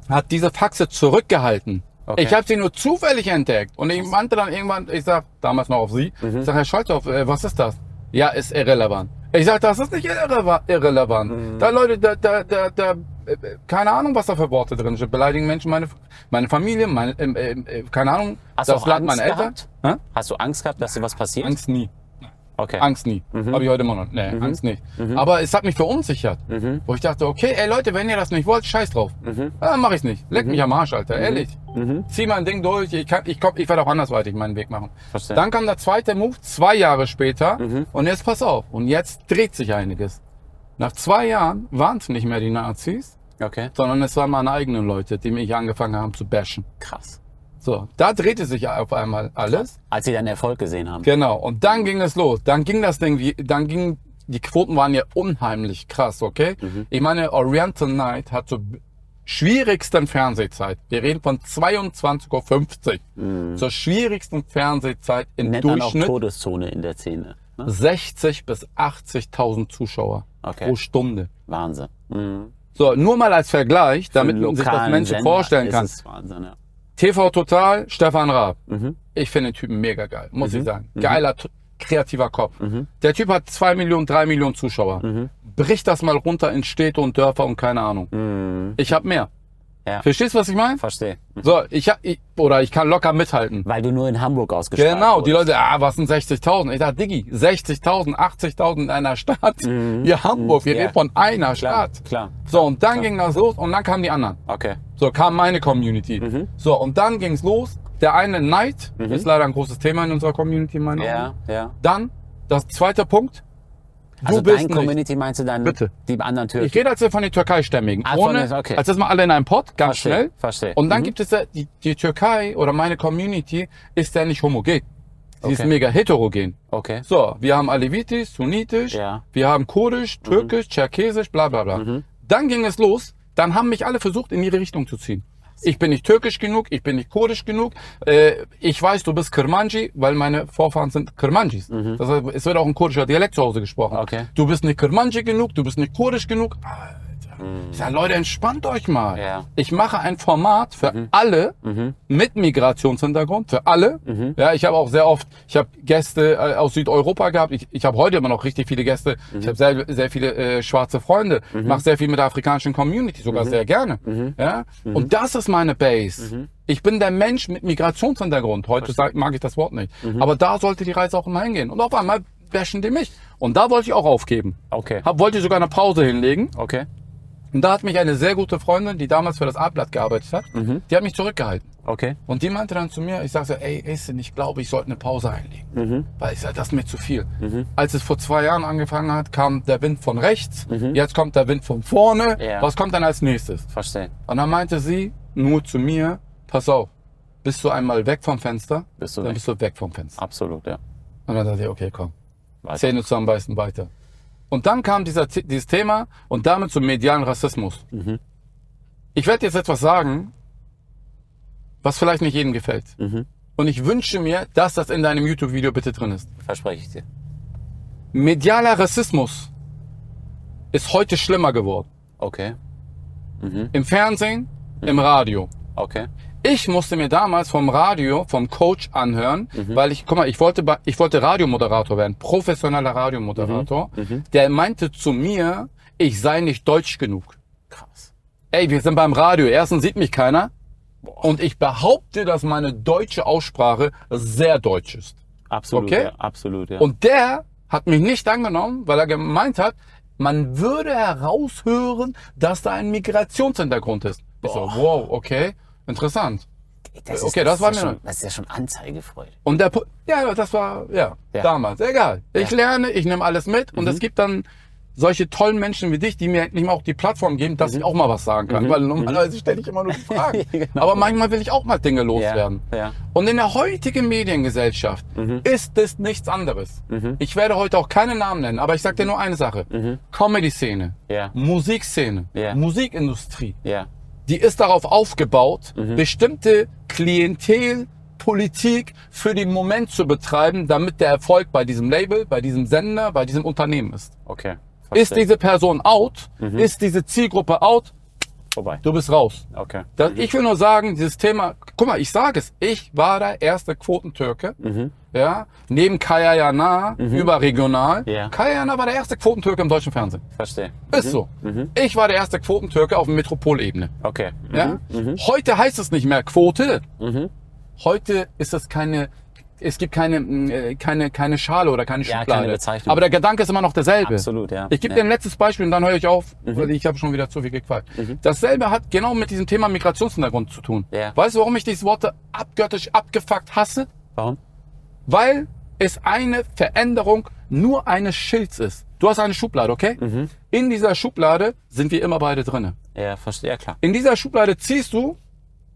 hat diese Faxe zurückgehalten. Ich habe sie nur zufällig entdeckt. Und ich meinte dann irgendwann, ich sag, damals noch auf sie, Mhm. ich sag, Herr Scholzhoff, äh, was ist das? Ja, ist irrelevant. Ich sag, das ist nicht irreleva- irrelevant. Mhm. Da Leute, da, da, da, da, äh, keine Ahnung, was da für Worte drin sind. Beleidigen Menschen meine, meine Familie, meine, ähm, ähm, äh, keine Ahnung, Hast du auch Land Angst meiner Eltern. gehabt? Hä? Hast du Angst gehabt, dass dir was passiert? Angst nie. Okay. Angst nie. Habe ich heute immer noch. Nee, Angst nicht. Aber es hat mich verunsichert. Wo ich dachte, okay, ey Leute, wenn ihr das nicht wollt, scheiß drauf. Dann mach ich's nicht. Leck mich am Arsch, Alter. Ehrlich. Zieh mein Ding durch. Ich, kann, ich, komm, ich werde auch andersweitig meinen Weg machen. Verstehe. Dann kam der zweite Move, zwei Jahre später. Und jetzt pass auf. Und jetzt dreht sich einiges. Nach zwei Jahren waren es nicht mehr die Nazis, Okay. sondern es waren meine eigenen Leute, die mich angefangen haben zu bashen. Krass. So, da drehte sich auf einmal alles. Als sie deinen Erfolg gesehen haben. Genau. Und dann ging es los. Dann ging das Ding, wie- dann ging, die Quoten waren ja unheimlich krass, okay? Mhm. Ich meine, Oriental Night hat zur b- schwierigsten Fernsehzeit. Wir reden von 22.50 Uhr. Zur schwierigsten Fernsehzeit im Nennt man Mhm. auch Durchschnitt Todeszone in der Szene. Ne? 60 bis 80.000 Zuschauer Okay. pro Stunde. Wahnsinn. Mhm. So, nur mal als Vergleich, damit Für man einen sich das lokalen Menschen Sender vorstellen kann. Ist es Wahnsinn, ja. TV Total, Stefan Raab. Mhm. Ich finde den Typen mega geil, muss ich sagen. Geiler, t- kreativer Kopf. Mhm. Der Typ hat zwei Millionen, drei Millionen Zuschauer. Bricht das mal runter in Städte und Dörfer und keine Ahnung. Ich hab mehr. Mhm. Ja. Verstehst du, was ich meine? Verstehe. So, ich, hab, ich oder ich kann locker mithalten. Weil du nur in Hamburg ausgestrahlt Genau, die wurdest. Leute, ah, was sind 60.000? Ich dachte, Diggi, 60.000, 80.000 in einer Stadt. Hier Hamburg, wir Mhm. Ja. reden von einer Klar, Stadt. klar. So, und dann ging das los und dann kamen die anderen. Okay. So kam meine Community. Mhm. So, und dann ging's los. Der eine Neid ist leider ein großes Thema in unserer Community, meine Ja, ja. Dann das zweite Punkt. Du Also bist dein nicht. Community meinst du dann Bitte. die anderen Türken? Ich rede jetzt hier von den Türkei-Stämmigen. Ah, von ohne, den- okay. Als das mal alle in einem Pott, ganz Verstehe, schnell. verstehe. Und dann Mhm. gibt es da, die, die Türkei oder meine Community ist ja nicht homogen. Sie ist Okay. mega heterogen. okay. So, wir haben Alevitisch, Sunnitisch, Ja. Mhm. wir haben Kurdisch, Türkisch, Tscherkesisch, bla bla bla. Dann ging es los, dann haben mich alle versucht, in ihre Richtung zu ziehen. Ich bin nicht türkisch genug, ich bin nicht kurdisch genug. Äh, ich weiß, du bist Kirmanji, weil meine Vorfahren sind Kirmanjis. Das heißt, es wird auch ein kurdischer Dialekt zu Hause gesprochen. Mhm. Okay. Du bist nicht Kirmanji genug, du bist nicht kurdisch genug. Alter. Ich sag, Leute, entspannt euch mal. Mhm. Ja. Ich mache ein Format für alle mit Migrationshintergrund, für alle. Ja, ich habe auch sehr oft, ich habe Gäste äh, aus Südeuropa gehabt. Ich, ich habe heute immer noch richtig viele Gäste. Ich habe sehr, sehr viele äh, schwarze Freunde. Mache sehr viel mit der afrikanischen Community, sogar sehr gerne. Ja? Und das ist meine Base. Ich bin der Mensch mit Migrationshintergrund. Heute sag, mag ich das Wort nicht. Aber da sollte die Reise auch immer hingehen. Und auf einmal bashen die mich. Und da wollte ich auch aufgeben. Okay. Hab, wollte sogar eine Pause hinlegen. Okay. Und da hat mich eine sehr gute Freundin, die damals für das A-Blatt gearbeitet hat, Mhm. die hat mich zurückgehalten. Okay. Und die meinte dann zu mir, ich sagte, ey, Essen, ich glaube, ich sollte eine Pause einlegen. Mhm. Weil ich sagte, das ist mir zu viel. Als es vor zwei Jahren angefangen hat, kam der Wind von rechts, jetzt kommt der Wind von vorne. Mhm. Ja. Was kommt dann als nächstes? Verstehe. Und dann meinte sie nur zu mir, pass auf, bist du einmal weg vom Fenster, Bist du dann weg. bist du weg vom Fenster. Absolut, ja. Und dann dachte ich, okay, komm. Weiter. Zähne zusammenbeißen, weiter. Und dann kam dieser, dieses Thema und damit zum medialen Rassismus. Ich werde jetzt etwas sagen, was vielleicht nicht jedem gefällt. Und ich wünsche mir, dass das in deinem YouTube-Video bitte drin ist. Verspreche ich dir. Medialer Rassismus ist heute schlimmer geworden. Okay, Im Fernsehen, im Radio. okay. Ich musste mir damals vom Radio, vom Coach anhören, weil ich, guck mal, ich wollte, bei- ich wollte Radiomoderator werden, professioneller Radiomoderator. Der meinte zu mir, ich sei nicht deutsch genug. Krass. Ey, wir sind beim Radio. Erstens sieht mich keiner. Und ich behaupte, dass meine deutsche Aussprache sehr deutsch ist. Absolut, Okay. ja. Absolut, ja. Und der hat mich nicht angenommen, weil er gemeint hat, man würde heraushören, dass da ein Migrationshintergrund ist. Ich so, wow, okay, interessant. das okay, das war ist mir- ja schon, Das ist ja schon Anzeigefreude. Und der, Pu- ja, das war, ja, Ja. Mhm. damals, egal. Ich lerne, ich nehme alles mit und es gibt dann solche tollen Menschen wie dich, die mir nicht mal auch die Plattform geben, Mhm. dass ich auch mal was sagen kann, weil normalerweise stelle ich immer nur die Fragen. Aber manchmal will ich auch mal Dinge loswerden. Genau. ja. Und in der heutigen Mediengesellschaft Mhm. ist es nichts anderes. Ich werde heute auch keine Namen nennen, aber ich sage dir nur eine Sache. Comedy-Szene, Mhm. Ja. Musikszene, Ja. Musikindustrie Ja, die ist darauf aufgebaut, bestimmte Klientelpolitik für den Moment zu betreiben, damit der Erfolg bei diesem Label, bei diesem Sender, bei diesem Unternehmen ist. okay. Ist diese Person out? Ist diese Zielgruppe out? vorbei? Du bist raus. Okay. Das, ich will nur sagen, dieses Thema, guck mal, ich sage es, ich war der erste Quotentürke, ja, neben Kaya Jana, überregional. Ja. Kaya Jana war der erste Quotentürke im deutschen Fernsehen. Verstehe. Ist so. Ich war der erste Quotentürke auf Metropolebene. Okay. Mhm. Ja? Heute heißt es nicht mehr Quote. Heute ist es keine, es gibt keine, mh, äh, keine, keine Schale oder keine Ja, Schublade. keine Bezeichnung. Aber der Gedanke ist immer noch derselbe. Absolut, ja. Ich gebe Ja. Mhm. dir ein letztes Beispiel und dann höre ich auf, weil ich habe schon wieder zu viel gequatscht. Dasselbe hat genau mit diesem Thema Migrationshintergrund zu tun. Ja. Weißt du, warum ich dieses Wort abgöttisch, abgefuckt hasse? Warum? weil es eine Veränderung nur eines Schilds ist. Du hast eine Schublade, okay? Mhm. In dieser Schublade sind wir immer beide drinne. Ja, verstehe. Ja, klar. In dieser Schublade ziehst du,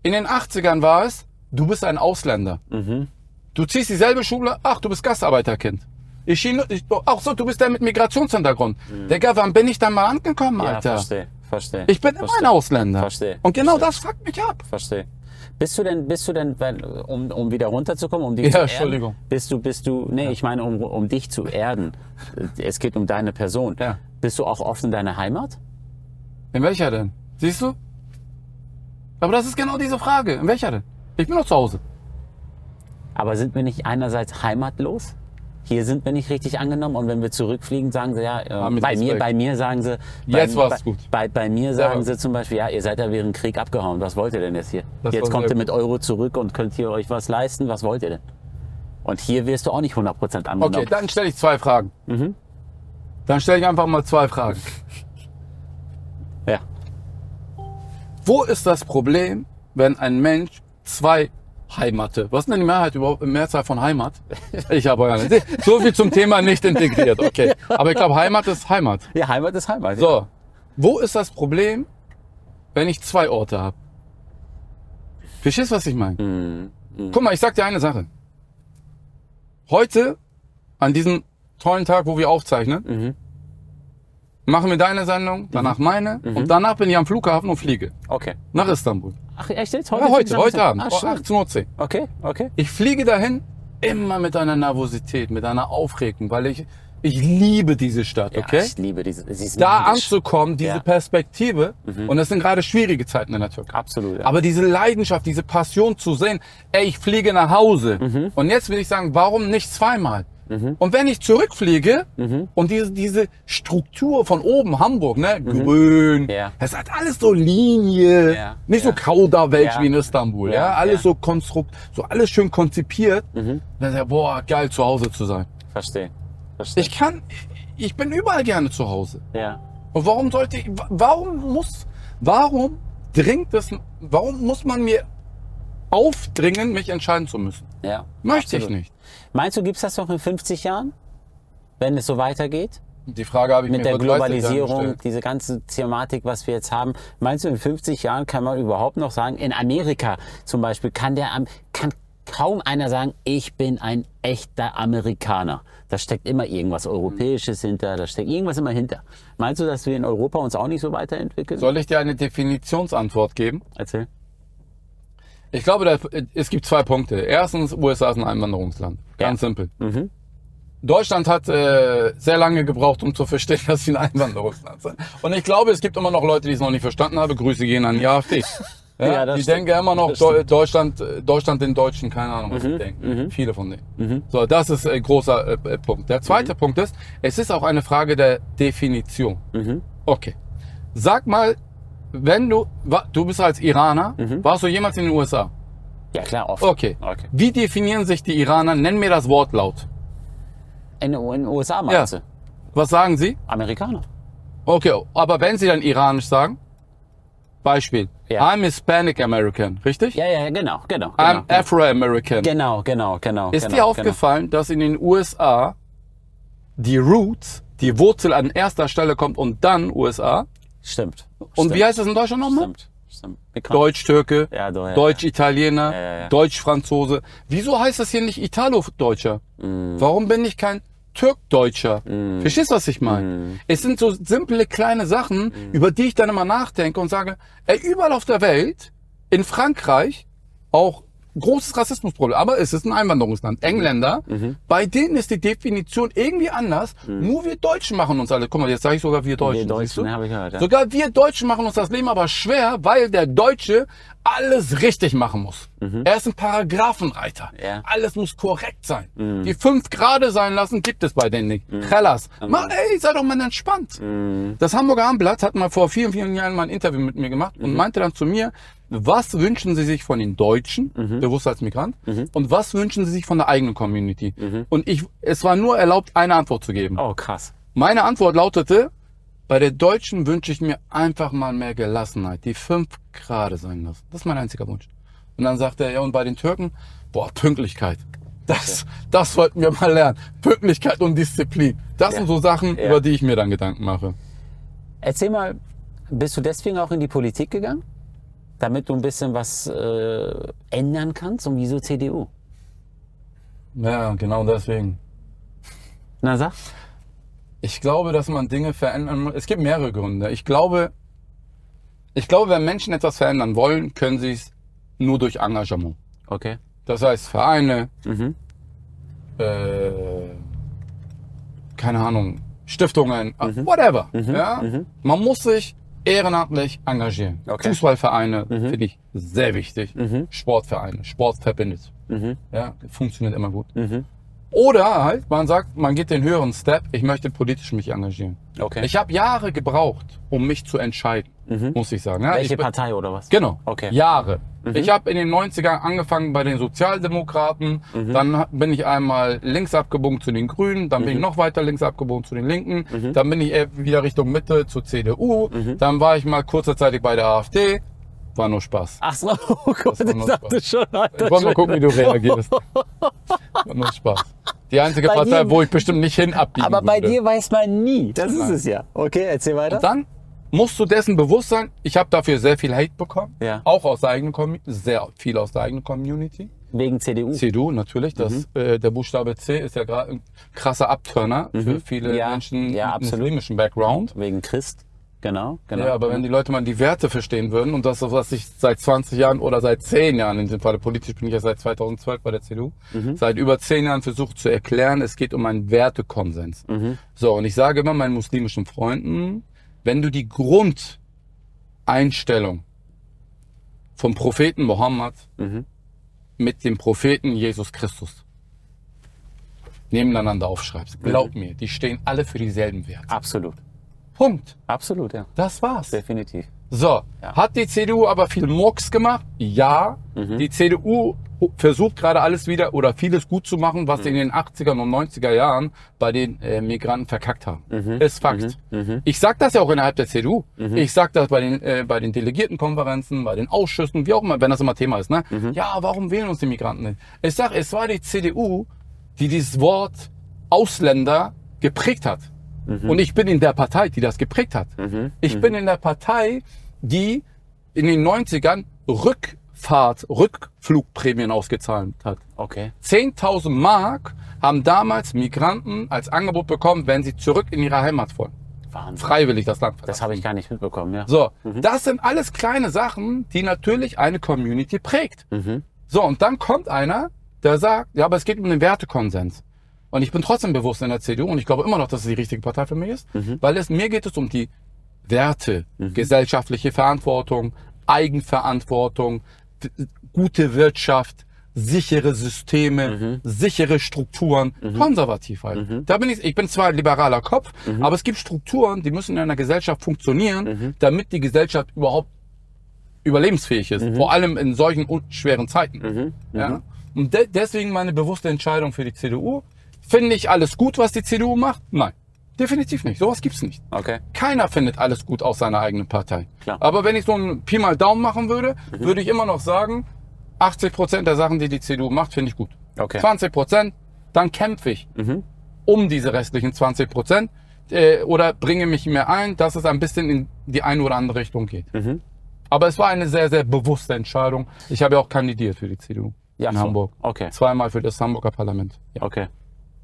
in den 80ern war es, du bist ein Ausländer. Mhm. Du ziehst dieselbe Schublade, ach, du bist Gastarbeiterkind. Ich, schien- ich, auch so, du bist der mit Migrationshintergrund. Digga, wann bin ich da mal angekommen, Mhm. Ja, Alter? verstehe. Verstehe. ich bin immer Verstehe. ein Ausländer. Verstehe. Und genau das fuckt mich ab. Verstehe. Bist du denn, bist du denn, weil, um, um wieder runterzukommen, um dich Ja, zu erden, Entschuldigung. bist du, bist du, nee, ich meine, um, um dich zu erden. Es geht um deine Person. Ja. Bist du auch oft in deiner Heimat? In welcher denn? Siehst du? Aber das ist genau diese Frage. In welcher denn? Ich bin noch zu Hause. Aber sind wir nicht einerseits heimatlos? Hier sind wir nicht richtig angenommen und wenn wir zurückfliegen, sagen sie ja, äh, Ah, mit bei mir, Respekt. bei mir sagen sie, bei, Jetzt war's bei, gut. Bei, bei mir sagen Ja. sie zum Beispiel, ja, ihr seid ja während Krieg abgehauen, was wollt ihr denn jetzt hier? Das jetzt war kommt sehr ihr mit Euro zurück und könnt ihr euch was leisten, was wollt ihr denn? Und hier wirst du auch nicht 100% angenommen. Okay, dann stelle ich zwei Fragen. Mhm. Dann stelle ich einfach mal zwei Fragen. ja. Wo ist das Problem, wenn ein Mensch zwei Heimate? Was ist denn die Mehrheit überhaupt, Mehrzahl von Heimat? Ich habe ja nicht. So viel zum Thema nicht integriert, okay. Aber ich glaube, Heimat ist Heimat. ja, Heimat ist Heimat. ja. So, wo ist das Problem, wenn ich zwei Orte habe? Verstehst du, was ich meine? Guck mal, ich sag dir eine Sache. Heute, an diesem tollen Tag, wo wir aufzeichnen, machen wir deine Sendung, danach meine und danach bin ich am Flughafen und fliege Okay. nach Istanbul. Ach, echt jetzt? Ja, heute, fliegst heute du Abend, nach- oh, Ah, schön. 18.10 Uhr. Okay, okay. Ich fliege dahin immer mit einer Nervosität, mit einer Aufregung, weil ich, ich liebe diese Stadt, okay? Ja, ich liebe diese. Sie ist da magisch. anzukommen, diese Ja. Mhm. Perspektive. Und das sind gerade schwierige Zeiten in der Türkei. Absolut, ja. Aber diese Leidenschaft, diese Passion zu sehen, ey, ich fliege nach Hause. Mhm. Und jetzt will ich sagen, warum nicht zweimal? Und wenn ich zurückfliege Mhm. und diese, diese Struktur von oben, Hamburg, ne, grün, Mhm. Ja. es hat alles so Linie, Ja, nicht ja. so Kauderwelsch Ja. wie in Istanbul, ja, Ja, alles ja. Mhm. so konstrukt, so alles schön konzipiert. Und Dann sag ich, boah, geil zu Hause zu sein. Verstehe. Verstehe. Ich kann, ich bin überall gerne zu Hause. ja. Und warum sollte ich, wa- warum muss, warum dringt es, warum muss man mir aufdringen, mich entscheiden zu müssen? ja. Möchte Absolut. ich nicht. Meinst du, gibt's das noch in 50 Jahren? Wenn es so weitergeht? Die Frage habe ich Mit mir der vor 30 Jahren Globalisierung, gestellt. diese ganze Thematik, was wir jetzt haben. Meinst du, in 50 Jahren kann man überhaupt noch sagen, in Amerika zum Beispiel kann der, Am- kann kaum einer sagen, ich bin ein echter Amerikaner. Da steckt immer irgendwas Europäisches hinter, da steckt irgendwas immer hinter. Meinst du, dass wir in Europa uns auch nicht so weiterentwickeln? Soll ich dir eine Definitionsantwort geben? Erzähl. Ich glaube, da, es gibt zwei Punkte. Erstens, USA ist ein Einwanderungsland. Ganz Ja. simpel. Deutschland hat äh, sehr lange gebraucht, um zu verstehen, dass sie ein Einwanderungsland sind. Und ich glaube, es gibt immer noch Leute, die es noch nicht verstanden haben. Grüße gehen an die AfD. Ja, Ja, das die stimmt. denken immer noch Das Mhm, Deu Deutschland, äh, Deutschland den Deutschen, keine Ahnung, was sie denken. Viele von denen. So, das ist ein großer äh, äh, Punkt. Der zweite Mhm. Punkt ist, es ist auch eine Frage der Definition. Mhm. Okay. Sag mal, wenn du, wa- du bist als Iraner, warst du jemals in den USA? Ja klar, oft. Okay. Mhm. Okay. Wie definieren sich die Iraner? Nenn mir das Wort laut. In, in den USA meinst du? Was sagen sie? Amerikaner. Okay, aber wenn sie dann iranisch sagen, Beispiel, Ja. I'm Hispanic American, richtig? Ja, ja, genau, genau. I'm Genau, Afro-American. genau, genau. genau Ähm, Ist genau, dir aufgefallen, dass in den USA die Roots, die Wurzel an erster Stelle kommt und dann USA? Genau. Stimmt. Und stimmt, wie heißt das in Deutschland nochmal? Stimmt, stimmt. Bekannt. Deutsch-Türke, Ja, do- ja, Deutsch-Italiener, ja, ja. Deutsch-Franzose. Wieso heißt das hier nicht Italo-Deutscher? Mm. Warum bin ich kein Türk-Deutscher? Verstehst du, was ich meine? Mm. Es sind so simple kleine Sachen, über die ich dann immer nachdenke und sage, ey, überall auf der Welt, in Frankreich, auch großes Rassismusproblem, aber es ist ein Mhm. Einwanderungsland. Engländer, bei denen ist die Definition irgendwie anders. Nur wir Deutschen machen uns alle, guck mal, jetzt sage ich sogar wir Deutschen. Mhm. Deutschen, siehst du? ja, hab ich gehört, ja. So Sogar wir Deutschen machen uns das Leben aber schwer, weil der Deutsche alles richtig machen muss. Er ist ein Paragraphenreiter. Ja. Alles muss korrekt sein. Die fünf gerade sein lassen, gibt es bei denen nicht. Hellas. Mal, ey, sei doch mal entspannt. Das Hamburger Amblatt hat mal vor vielen, vielen Jahren mal ein Interview mit mir gemacht und meinte dann zu mir, was wünschen Sie sich von den Deutschen, bewusst als Migrant, und was wünschen Sie sich von der eigenen Community? Und ich, es war nur erlaubt, eine Antwort zu geben. Oh, krass. Meine Antwort lautete, bei der Deutschen wünsche ich mir einfach mal mehr Gelassenheit, die fünf gerade sein lassen. Das ist mein einziger Wunsch. Und dann sagte er, ja, und bei den Türken, boah, Pünktlichkeit. Das, das sollten wir mal lernen. Pünktlichkeit und Disziplin. Das sind so Sachen, Ja. über die ich mir dann Gedanken mache. Erzähl mal, bist du deswegen auch in die Politik gegangen? Damit du ein bisschen was äh, ändern kannst? Und wieso CDU? Ja, genau deswegen. Na sag. Ich glaube, dass man Dinge verändern muss. Es gibt mehrere Gründe. Ich glaube, ich glaube, wenn Menschen etwas verändern wollen, können sie es nur durch Engagement. Okay. Das heißt Vereine, Mhm. äh, keine Ahnung, Stiftungen, äh, Mhm. whatever. Ja? Man muss sich ehrenamtlich engagieren. Fußballvereine Mhm. finde ich sehr wichtig. Sportvereine, Sport verbindet. Mhm. Ja, funktioniert immer gut. Oder halt, man sagt, man geht den höheren Step, ich möchte politisch mich engagieren. Okay. Mhm. Ich habe Jahre gebraucht, um mich zu entscheiden, muss ich sagen. Ja, Welche ich, bin- Partei oder was? Genau. Okay. Mhm. Jahre. Ich habe in den 90ern angefangen bei den Sozialdemokraten, Mhm. dann ha- bin ich einmal links abgebogen zu den Grünen, dann Mhm. bin ich noch weiter links abgebogen zu den Linken, dann bin ich eher wieder Richtung Mitte zur CDU, Mhm. dann war ich mal kurzzeitig bei der AfD, war nur Spaß. Ach so, oh Gott, war nur ich dachte schon, Alter. Ich wollte mal Schwede. gucken, wie du reagierst. War nur Spaß. Die einzige Bei Partei, dir- wo ich bestimmt nicht hin abbiegen Aber bei würde. dir weiß man nie. Das ist Nein. es ja. Okay, erzähl weiter. Und dann musst du dessen bewusst sein, ich habe dafür sehr viel Hate bekommen, Ja. auch aus der eigenen Community, sehr viel aus der eigenen Community. Wegen CDU. CDU natürlich, das, Mhm. äh, der Buchstabe C ist ja gerade ein krasser Abturner für viele Mhm. Ja, Menschen ja, mit absolut. muslimischem Background. Wegen Christ. Genau, genau. Ja, aber wenn die Leute mal die Werte verstehen würden und das, was ich seit 20 Jahren oder seit 10 Jahren in dem Fall, politisch bin ich ja seit 2012 bei der CDU, seit über 10 Jahren versucht zu erklären, es geht um einen Wertekonsens. So, und ich sage immer meinen muslimischen Freunden, wenn du die Grundeinstellung vom Propheten Mohammed mit dem Propheten Jesus Christus nebeneinander aufschreibst, glaub mir, die stehen alle für dieselben Werte. Absolut. Punkt. Absolut, ja. Das war's. Definitiv. So, hat die CDU aber viel Murks gemacht? Ja. Die CDU versucht gerade alles wieder oder vieles gut zu machen, was sie in den 80ern und 90er Jahren bei den äh, Migranten verkackt haben. Ist Fakt. Ich sag das ja auch innerhalb der CDU. Ich sag das bei den, äh, bei den Delegiertenkonferenzen, bei den Ausschüssen, wie auch immer, wenn das immer Thema ist. Ne? Ja, warum wählen uns die Migranten nicht? Ich sag, es war die CDU, die dieses Wort Ausländer geprägt hat. Und ich bin in der Partei, die das geprägt hat. Ich bin in der Partei, die in den 90ern rück, Fahrt Rückflugprämien ausgezahlt hat. Okay. 10.000 Mark haben damals Migranten als Angebot bekommen, wenn sie zurück in ihre Heimat wollen. Wahnsinn. Freiwillig das Land Das verlassen. habe ich gar nicht mitbekommen, ja. So, das sind alles kleine Sachen, die natürlich eine Community prägt. So, und dann kommt einer, der sagt, ja, aber es geht um den Wertekonsens. Und ich bin trotzdem bewusst in der CDU und ich glaube immer noch, dass es die richtige Partei für mich ist, weil es mir geht es um die Werte, gesellschaftliche Verantwortung, Eigenverantwortung, f- gute Wirtschaft, sichere Systeme, sichere Strukturen, konservativ halt. Da bin ich, ich bin zwar ein liberaler Kopf, aber es gibt Strukturen, die müssen in einer Gesellschaft funktionieren, damit die Gesellschaft überhaupt überlebensfähig ist, vor allem in solchen un- schweren Zeiten. Ja? Und de deswegen meine bewusste Entscheidung für die CDU. Finde ich alles gut, was die CDU macht? Nein, definitiv nicht. Sowas gibt's nicht. Okay. Keiner findet alles gut aus seiner eigenen Partei. Klar. Mhm. Aber wenn ich so einen Pi mal Daumen machen würde, würde ich immer noch sagen, 80 Prozent der Sachen, die die CDU macht, finde ich gut. Okay. Mhm. 20 Prozent, dann kämpfe ich um diese restlichen 20 Prozent äh, oder bringe mich mehr ein, dass es ein bisschen in die eine oder andere Richtung geht. Mhm. Aber es war eine sehr, sehr bewusste Entscheidung. Ich habe ja auch kandidiert für die CDU Ja, in so. Hamburg. Okay. Zweimal für das Hamburger Parlament. Ja. Okay.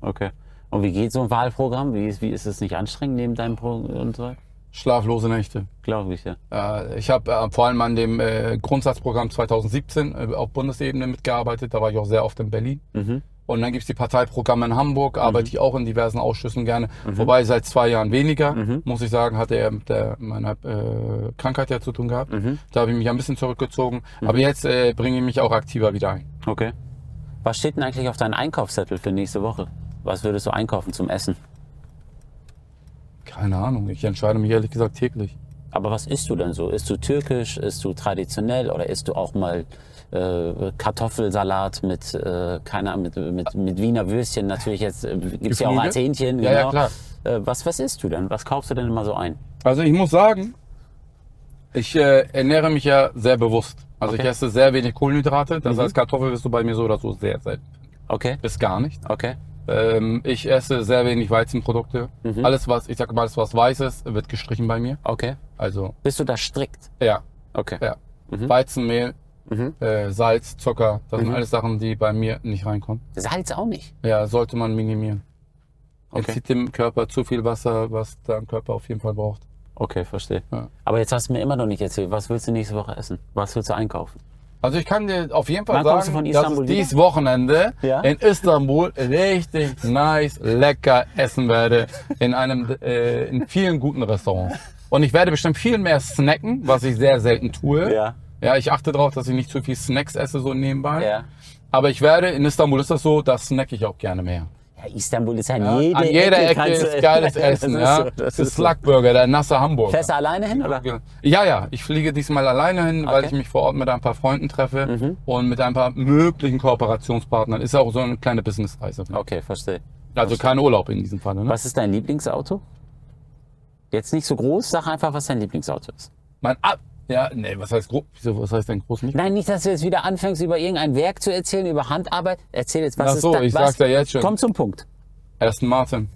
Okay. Und wie geht so ein Wahlprogramm? Wie ist, wie ist es nicht anstrengend neben deinem Programm und so? weiter? Schlaflose Nächte. Glaube ich, ja. Äh, Ich habe äh, vor allem an dem äh, Grundsatzprogramm 2017 äh, auf Bundesebene mitgearbeitet. Da war ich auch sehr oft in Berlin. Und dann gibt's die Parteiprogramme in Hamburg, arbeite ich auch in diversen Ausschüssen gerne. Wobei seit zwei Jahren weniger, muss ich sagen, hatte er mit der, meiner äh, Krankheit ja zu tun gehabt. Da habe ich mich ein bisschen zurückgezogen. Aber jetzt äh, bringe ich mich auch aktiver wieder ein. Okay. Was steht denn eigentlich auf deinem Einkaufszettel für nächste Woche? Was würdest du einkaufen zum Essen? Keine Ahnung, ich entscheide mich ehrlich gesagt täglich. Aber was isst du denn so? Isst du türkisch? Isst du traditionell? Oder isst du auch mal äh, Kartoffelsalat mit, äh, keine Ahnung, mit, mit, mit Wiener Würstchen? Natürlich jetzt äh, gibt's ja auch Geflügel? als Hähnchen. Ja, ja, klar. Äh, was, was isst du denn? Was kaufst du denn immer so ein? Also ich muss sagen, ich äh, ernähre mich ja sehr bewusst. Also Okay. ich esse sehr wenig Kohlenhydrate. Das heißt, Kartoffel wirst du bei mir so oder so sehr selten. Okay, Bis gar nicht. okay. Ähm, ich esse sehr wenig Weizenprodukte. Alles, was, ich sag mal, alles, was weiß ist, wird gestrichen bei mir. Okay. Also, Bist du da strikt? ja, Okay. ja. Weizenmehl, äh, Salz, Zucker, das sind alles Sachen, die bei mir nicht reinkommen. Salz auch nicht. Ja, sollte man minimieren. Okay. Okay. Entzieht dem Körper zu viel Wasser, was dein Körper auf jeden Fall braucht. Okay, verstehe. Ja. Aber jetzt hast du mir immer noch nicht erzählt, was willst du nächste Woche essen? Was willst du einkaufen? Also ich kann dir auf jeden Wann Fall kommst du von sagen, dass Istanbul ich wieder? dieses Wochenende Ja? in Istanbul richtig nice, lecker essen werde in einem, äh, in vielen guten Restaurants. Und ich werde bestimmt viel mehr snacken, was ich sehr selten tue. Ja. Ja, ich achte darauf, dass ich nicht zu viel Snacks esse so nebenbei. Ja. Aber ich werde in Istanbul ist das so, da snacke ich auch gerne mehr. Ja, Istanbul ist ja, Ja? an jeder An jeder Ecke, kannst du- ist geiles Essen. Das ist ja? so, das ist so. Slugburger, der nasse Hamburger. Fährst du alleine hin, oder? Ja, ja, ich fliege diesmal alleine hin, weil Okay. Mhm. ich mich vor Ort mit ein paar Freunden treffe und mit ein paar möglichen Kooperationspartnern. Ist auch so eine kleine Businessreise. Okay, verstehe. Also kein Urlaub in diesem Fall. Ne? Was ist dein Lieblingsauto? Jetzt nicht so groß, sag einfach, was dein Lieblingsauto ist. Mein Ab. Ja, nee, was heißt groß? Wieso, was heißt denn groß nicht? Nein, nicht, dass du jetzt wieder anfängst, über irgendein Werk zu erzählen, über Handarbeit. Erzähl jetzt, was Ach ist so, da- ich was? sag's ja jetzt schon. Komm zum Punkt. Aston Martin.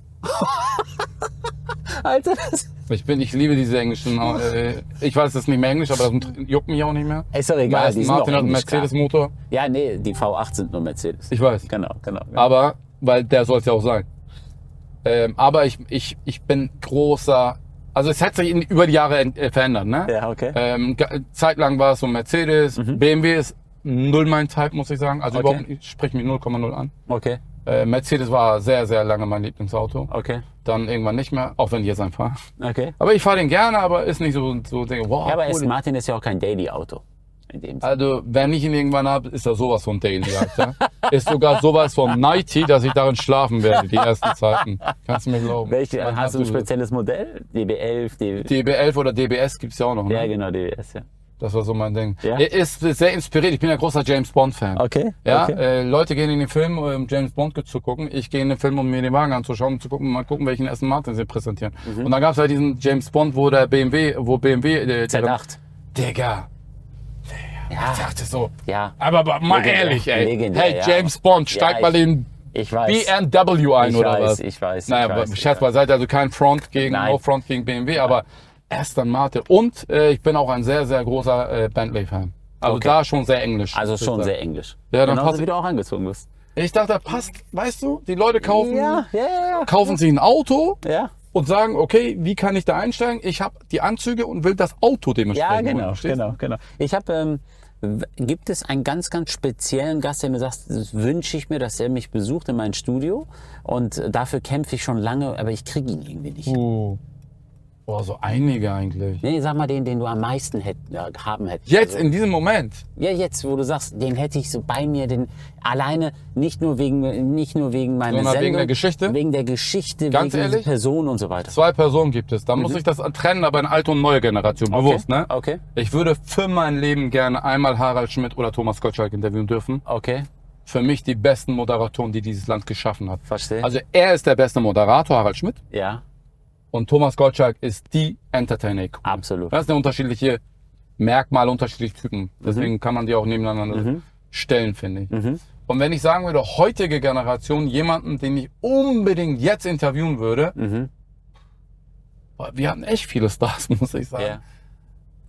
Alter, das Ich bin, ich liebe diese englischen. Äh, ich weiß, das ist nicht mehr englisch, aber das juckt mich auch nicht mehr. Ist doch egal, Bei die Aston sind Martin doch hat einen englisch, klar. Mercedes-Motor. ja, nee, die V8 sind nur Mercedes. Ich weiß. Genau, genau. genau. Aber, weil der soll es ja auch sein. Ähm, aber ich, ich, ich bin großer, also es hat sich in, über die Jahre ent- äh, verändert, ne? Ja, okay. Ähm, ge- zeitlang war es so Mercedes, BMW ist null mein Type, muss ich sagen. Also Mhm. Okay. überhaupt nicht, spricht mich 0,0 an. Okay, Äh, Mercedes war sehr, sehr lange mein Lieblingsauto. okay, Dann irgendwann nicht mehr, auch wenn ich jetzt einen fahre. okay. Aber ich fahre den gerne, aber ist nicht so, so denke, wow, Ja, aber cool. Aston Martin ist ja auch kein Daily-Auto. In dem Sinne. Also, wenn ich ihn irgendwann habe, ist da sowas von Daily, Alter. ist sogar sowas von Nighty, dass ich darin schlafen werde, die ersten Zeiten. Kannst du mir glauben. Welche, Man hast du ein hat so- spezielles Modell? DB11, DB... DB11 oder DBS gibt's ja auch noch, ne? ja, genau, DBS, ja. Das war so mein Ding. Ja. Er ist sehr inspiriert. Ich bin ja großer James Bond-Fan. Okay, Ja, okay. Äh, Leute gehen in den Film, um James Bond zu gucken. Ich gehe in den Film, um mir den Wagen anzuschauen, um zu gucken, mal gucken, welchen Aston Martin sie präsentieren. Mhm. Und dann gab's halt diesen James Bond, wo der BMW, wo BMW, äh, der, Z8. Digga, Ja, ich dachte so. ja. Aber, aber mal Legendär. ehrlich, ey. Legendär, hey, ja. James Bond, steig Ja, ich- mal den ich weiß. BMW ein Ich oder weiß, was? ich weiß, ich Naja, weiß, aber ich Scherz weiß. beiseite, also kein Front gegen, Nein. no Front gegen BMW, aber Aston Martin. Und äh, ich bin auch ein sehr, sehr großer äh, Bentley-Fan. Also Okay. da schon sehr englisch. Also würde ich schon sagen. sehr englisch. Ja, dann Genauso passt- wie du auch angezogen bist. Ich dachte, das passt, weißt du, die Leute kaufen, Ja, ja, ja, kaufen sich ein Auto ja. Ja, und sagen, okay, wie kann ich da einsteigen? Ich habe die Anzüge und will das Auto dementsprechend. ja holen, genau, verstehst du? genau, genau. Ich habe, ähm, w- gibt es einen ganz, ganz speziellen Gast, der mir sagt, das wünsche ich mir, dass er mich besucht in mein Studio und äh, dafür kämpfe ich schon lange, aber ich kriege ihn irgendwie nicht. Uh. Boah, Oh, so einige eigentlich. Nee, sag mal den, den du am meisten hätt, äh, haben hättest. Jetzt, Also, in diesem Moment. ja, jetzt, wo du sagst, den hätte ich so bei mir, den alleine nicht nur wegen, nicht nur wegen meiner Sondern wegen Sendung, der Geschichte? wegen der Geschichte, Ganz wegen ehrlich? Person und so weiter. Zwei Personen gibt es. Da muss ich das trennen, aber in alte und neue Generation. Bewusst, ne? Mhm. Okay. Ich würde für mein Leben gerne einmal Harald Schmidt oder Thomas Gottschalk interviewen dürfen. Okay. Für mich die besten Moderatoren, die dieses Land geschaffen hat. Verstehe. Also er ist der beste Moderator, Harald Schmidt. Ja, Und Thomas Gottschalk ist die Entertainer. absolut. Das sind unterschiedliche Merkmale, unterschiedliche Typen. Deswegen kann man die auch nebeneinander stellen, finde ich. Und wenn ich sagen würde, heutige Generation, jemanden, den ich unbedingt jetzt interviewen würde, boah, wir hatten echt viele Stars, muss ich sagen. Ja.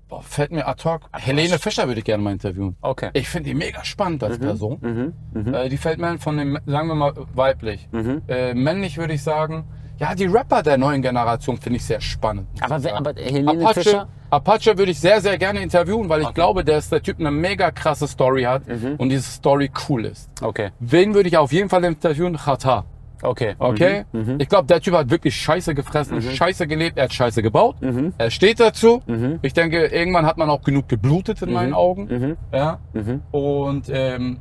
Boah, fällt mir ad hoc. Helene Fischer würde ich gerne mal interviewen. Okay. Ich finde die mega spannend Mhm, als Person. Äh, die fällt mir von dem, sagen wir mal, weiblich. Mhm. Äh, männlich würde ich sagen, ja, die Rapper der neuen Generation finde ich sehr spannend. muss Aber ich wer- sagen. aber Helene Apache, Fischer- Apache würde ich sehr, sehr gerne interviewen, weil ich glaube, dass der Typ eine mega krasse Story hat Mhm. und diese Story cool ist. Okay. Wen würde ich auf jeden Fall interviewen? Chata. Okay. Mhm. Okay? Ich glaube, der Typ hat wirklich Scheiße gefressen, Scheiße gelebt, er hat Scheiße gebaut. Er steht dazu. Ich denke, irgendwann hat man auch genug geblutet in meinen Augen. Ja? Und ähm,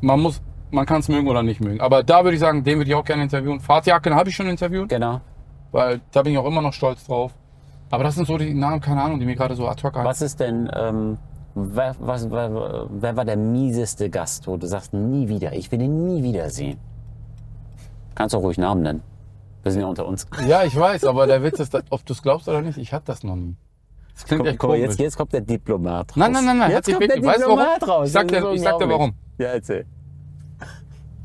man muss, man kann es mögen oder nicht mögen. Aber da würde ich sagen, den würde ich auch gerne interviewen. Fatih Akin habe ich schon interviewt, Genau. weil da bin ich auch immer noch stolz drauf. Aber das sind so die Namen, keine Ahnung, die mir gerade so ad hoc Was ist denn, ähm, wer, was, wer, wer war der mieseste Gast, wo du sagst, nie wieder, ich will ihn nie wiedersehen? Kannst auch ruhig Namen nennen. Wir sind ja unter uns. Ja, ich weiß, aber der Witz ist, dass- ob du es glaubst oder nicht, ich hatte das noch nie. Das klingt echt Guck mal, komisch. jetzt, jetzt kommt der Diplomat raus. Nein, nein, nein, nein, hat Jetzt sich kommt der wirklich- weißt du Diplomat warum? raus. Ich sag Das dir- ist ich sag dir unglaublich. warum. Ja, erzähl.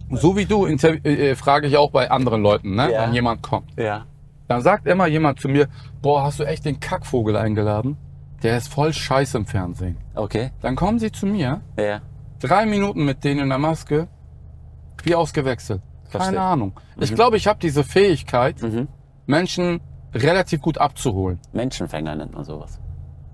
So wie du interv- äh, äh, frage ich auch bei anderen Leuten, ne? Ja. wenn jemand kommt. Ja. Dann sagt immer jemand zu mir, boah, hast du echt den Kackvogel eingeladen? Der ist voll scheiße im Fernsehen. Okay. Dann kommen sie zu mir, Ja. drei Minuten mit denen in der Maske, wie ausgewechselt. Verstehe. Mhm. Keine Ahnung. Ich glaube, ich habe diese Fähigkeit, Menschen relativ gut abzuholen. Menschenfänger nennt man sowas.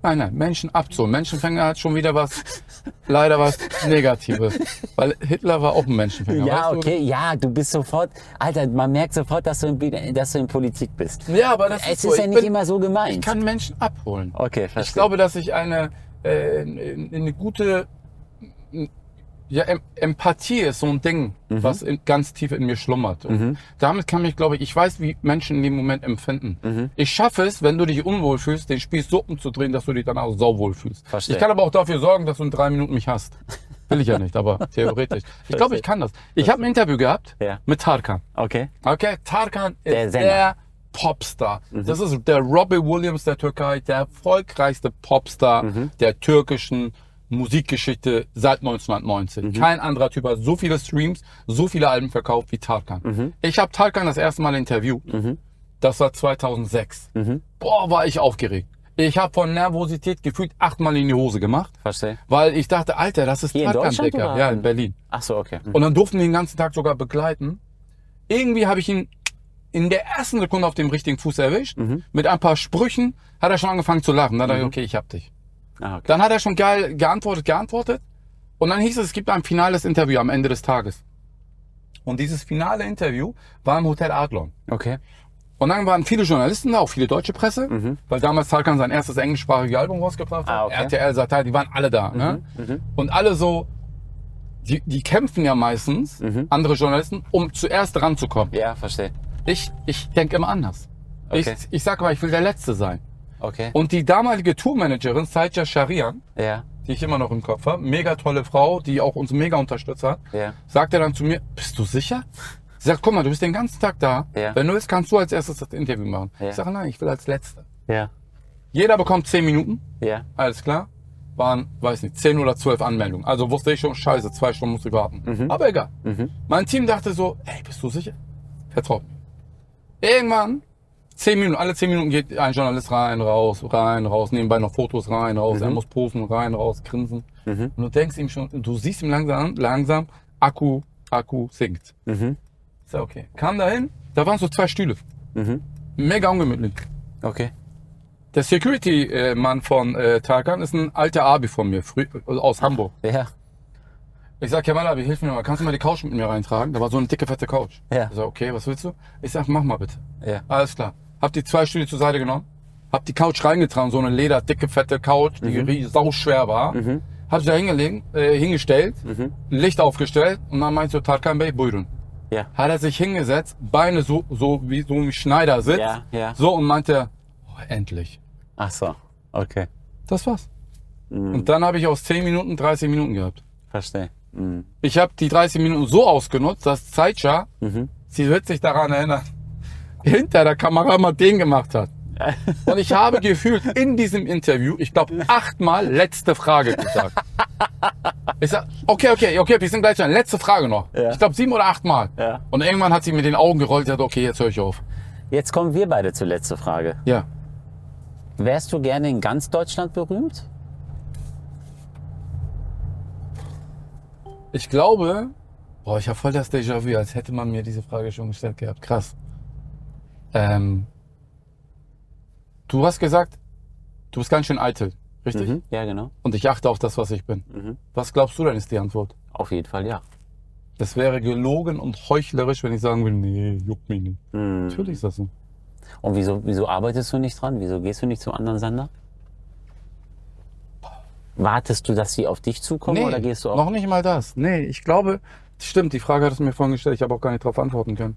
Nein, nein, Menschen abzuholen. Menschenfänger hat schon wieder was, leider was Negatives. Weil Hitler war auch ein Menschenfänger. Ja, weißt du? okay, ja, du bist sofort, Alter, man merkt sofort, dass du in, dass du in Politik bist. Ja, aber das Es so. ist ja Ich nicht bin- immer so gemeint. Ich kann Menschen abholen. Okay, verstehe. Ich glaube, dass ich eine, äh, eine gute ja, em Empathie ist so ein Ding, Mhm. was in, ganz tief in mir schlummert. Und Damit kann mich, glaube ich, ich weiß, wie Menschen in dem Moment empfinden. Mhm. Ich schaffe es, wenn du dich unwohl fühlst, den Spieß so umzudrehen, dass du dich dann auch sauwohl fühlst. Verstehe. Ich kann aber auch dafür sorgen, dass du in drei Minuten mich hast. Will ich ja nicht, aber theoretisch. Ich glaube, ich kann das. Ich habe ein Interview gehabt Ja. mit Tarkan. Okay. Okay, Tarkan ist Der der, Sänger. Mhm. Popstar. Das ist der Robbie Williams der Türkei, der erfolgreichste Popstar Mhm. der türkischen Musikgeschichte seit Mhm. 1990. Kein anderer Typ hat so viele Streams, so viele Alben verkauft wie Tarkan. Mhm. Ich habe Tarkan das erste Mal interviewt. Das war 2006. Mhm. Boah, war ich aufgeregt. Ich habe von Nervosität gefühlt achtmal in die Hose gemacht, Verstehe. weil ich dachte, Alter, das ist Hier in Tarkan, Deutschland Dicker. oder? Ja, in Berlin. Ach so, okay. Und dann durften wir ihn den ganzen Tag sogar begleiten. Irgendwie habe ich ihn in der ersten Sekunde auf dem richtigen Fuß erwischt. Mit ein paar Sprüchen hat er schon angefangen zu lachen. Dann dachte ich, okay, ich hab dich. Ah, okay. Dann hat er schon geil geantwortet, geantwortet. Und dann hieß es, es gibt ein finales Interview am Ende des Tages. Und dieses finale Interview war im Hotel Adlon. okay. Und dann waren viele Journalisten da, auch viele deutsche Presse, weil damals Tarkan sein erstes englischsprachiges Album rausgebracht hat. Mhm. Ah, okay. Mhm, RTL, Satai, die waren alle da. Ne? Und alle so, die, die kämpfen ja meistens, andere Journalisten, um zuerst ranzukommen. Mhm. Ja, verstehe. Ich, ich denke immer anders. Okay. Ich, ich sage mal, ich will der Letzte sein. Okay. Und die damalige Tourmanagerin, Saitja Sharian, ja, die ich immer noch im Kopf habe, mega tolle Frau, die auch uns mega unterstützt hat, Ja. sagte dann zu mir, bist du sicher? Sie sagt, guck mal, du bist den ganzen Tag da. Ja. Wenn du willst, kannst du als erstes das Interview machen. Ja. Ich sage, nein, ich will als Letzter. ja, Jeder bekommt zehn Minuten, ja, alles klar. Waren, weiß nicht, zehn oder zwölf Anmeldungen. Also wusste ich schon, scheiße, zwei Stunden muss ich warten. Aber egal. Mein Team dachte so, ey, bist du sicher? Vertraut mir. Irgendwann Zehn Minuten, alle zehn Minuten geht ein Journalist rein, raus, rein, raus, nebenbei noch Fotos rein, raus, er muss posen, rein, raus, grinsen. Und du denkst ihm schon, du siehst ihm langsam, langsam, Akku, Akku sinkt. Ist ja okay. Kam dahin, da waren so zwei Stühle. Mega ungemütlich. Okay. Der Security-Mann von äh, Tarkan ist ein alter Abi von mir, früh, aus Hamburg. Ja. Ich sag, Kemal Abi, hilf mir mal, kannst du mal die Couch mit mir reintragen? Da war so eine dicke, fette Couch. Ja. Ich sag, okay, was willst du? Ich sag, mach mal bitte. Ja. Alles klar. Hab die zwei Stühle zur Seite genommen, hab die Couch reingetragen, so eine leder, dicke, fette Couch, die mhm. sauschwer war. Mhm. Hab sie da hingelegt, äh, hingestellt, Licht aufgestellt und dann meinte so, Tarkan Bey, Buyrun. Ja. Hat er sich hingesetzt, Beine so, so wie so ein Schneider sitzt, Ja, ja. so und meinte, oh, endlich. Ach so. Okay. Das war's. Mhm. Und dann habe ich aus 10 Minuten 30 Minuten gehabt. Verstehe. Mhm. Ich habe die 30 Minuten so ausgenutzt, dass Zeitschar, Mhm. sie wird sich daran erinnern, hinter der Kamera mal den gemacht hat. Und ich habe gefühlt in diesem Interview, ich glaube, achtmal letzte Frage gesagt. Ich sag, okay, okay, okay, wir sind gleich dran. Letzte Frage noch. Ja. Ich glaube, sieben oder achtmal. Ja. Und irgendwann hat sie mit den Augen gerollt und hat, okay, jetzt höre ich auf. Jetzt kommen wir beide zur letzten Frage. Ja. Wärst du gerne in ganz Deutschland berühmt? Ich glaube, boah, ich habe voll das Déjà-vu, als hätte man mir diese Frage schon gestellt gehabt. Krass. Ähm, du hast gesagt, du bist ganz schön eitel, richtig? Ja, genau. Und ich achte auf das, was ich bin. Was glaubst du denn, ist die Antwort? Auf jeden Fall ja. Das wäre gelogen und heuchlerisch, wenn ich sagen würde, nee, juckt mich nicht. Natürlich ist das so. Und wieso, wieso arbeitest du nicht dran? Wieso gehst du nicht zum anderen Sender? Wartest du, dass sie auf dich zukommen oder gehst du auf noch nicht mal das. Nee, ich glaube, stimmt, die Frage hattest du mir vorhin gestellt, ich habe auch gar nicht darauf antworten können.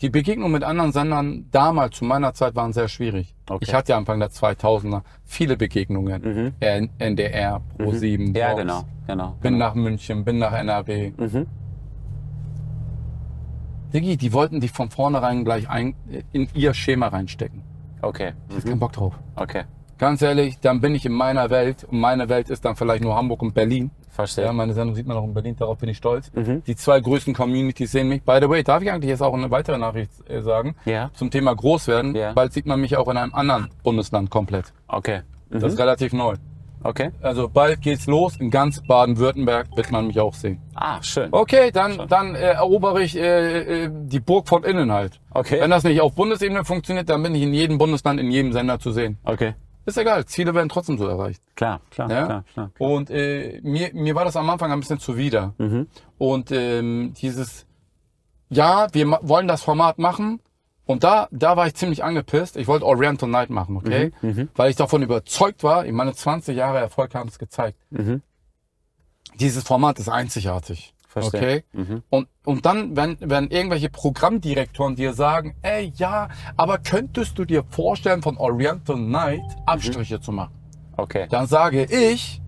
Die Begegnung mit anderen Sendern damals, zu meiner Zeit, waren sehr schwierig. Okay. Mhm. Ich hatte ja Anfang der 2000er viele Begegnungen. N- NDR, Pro7, Ja, Vox. genau, genau. Bin nach München, bin nach NRW. Mhm. Diggi, die wollten dich von vornherein gleich ein, in ihr Schema reinstecken. Okay, Ich hab keinen Bock drauf. okay. Ganz ehrlich, dann bin ich in meiner Welt und meine Welt ist dann vielleicht nur Hamburg und Berlin. Verstehe. Ja, meine Sendung sieht man auch in Berlin, darauf bin ich stolz. Mhm. Die zwei größten Communities sehen mich. By the way, darf ich eigentlich jetzt auch eine weitere Nachricht äh, sagen? Ja. Zum Thema groß werden. Ja. Bald sieht man mich auch in einem anderen Bundesland komplett. Okay, Das Mhm. ist relativ neu. okay. Also bald geht's los. In ganz Baden-Württemberg wird man mich auch sehen. Ah, schön. Okay, dann, dann äh, erobere ich äh, äh, die Burg von innen halt. Okay. Wenn das nicht auf Bundesebene funktioniert, dann bin ich in jedem Bundesland, in jedem Sender zu sehen. Okay. Ist egal, Ziele werden trotzdem so erreicht. Klar, klar, Ja? klar, klar. Mhm. Und äh, mir, mir war das am Anfang ein bisschen zuwider. Und ähm, dieses, ja, wir ma- wollen das Format machen. Und da, da war ich ziemlich angepisst. Ich wollte Oriental Night machen, okay? Mhm, Weil ich davon überzeugt war, ich meine, 20 Jahre Erfolg haben es gezeigt. Mhm. Dieses Format ist einzigartig. Verstehe. Mhm. Okay? Und, und dann, wenn, wenn irgendwelche Programmdirektoren dir sagen, ey, ja, aber könntest du dir vorstellen, von Oriental Night Mhm. Abstriche zu machen? Okay, Dann sage ich,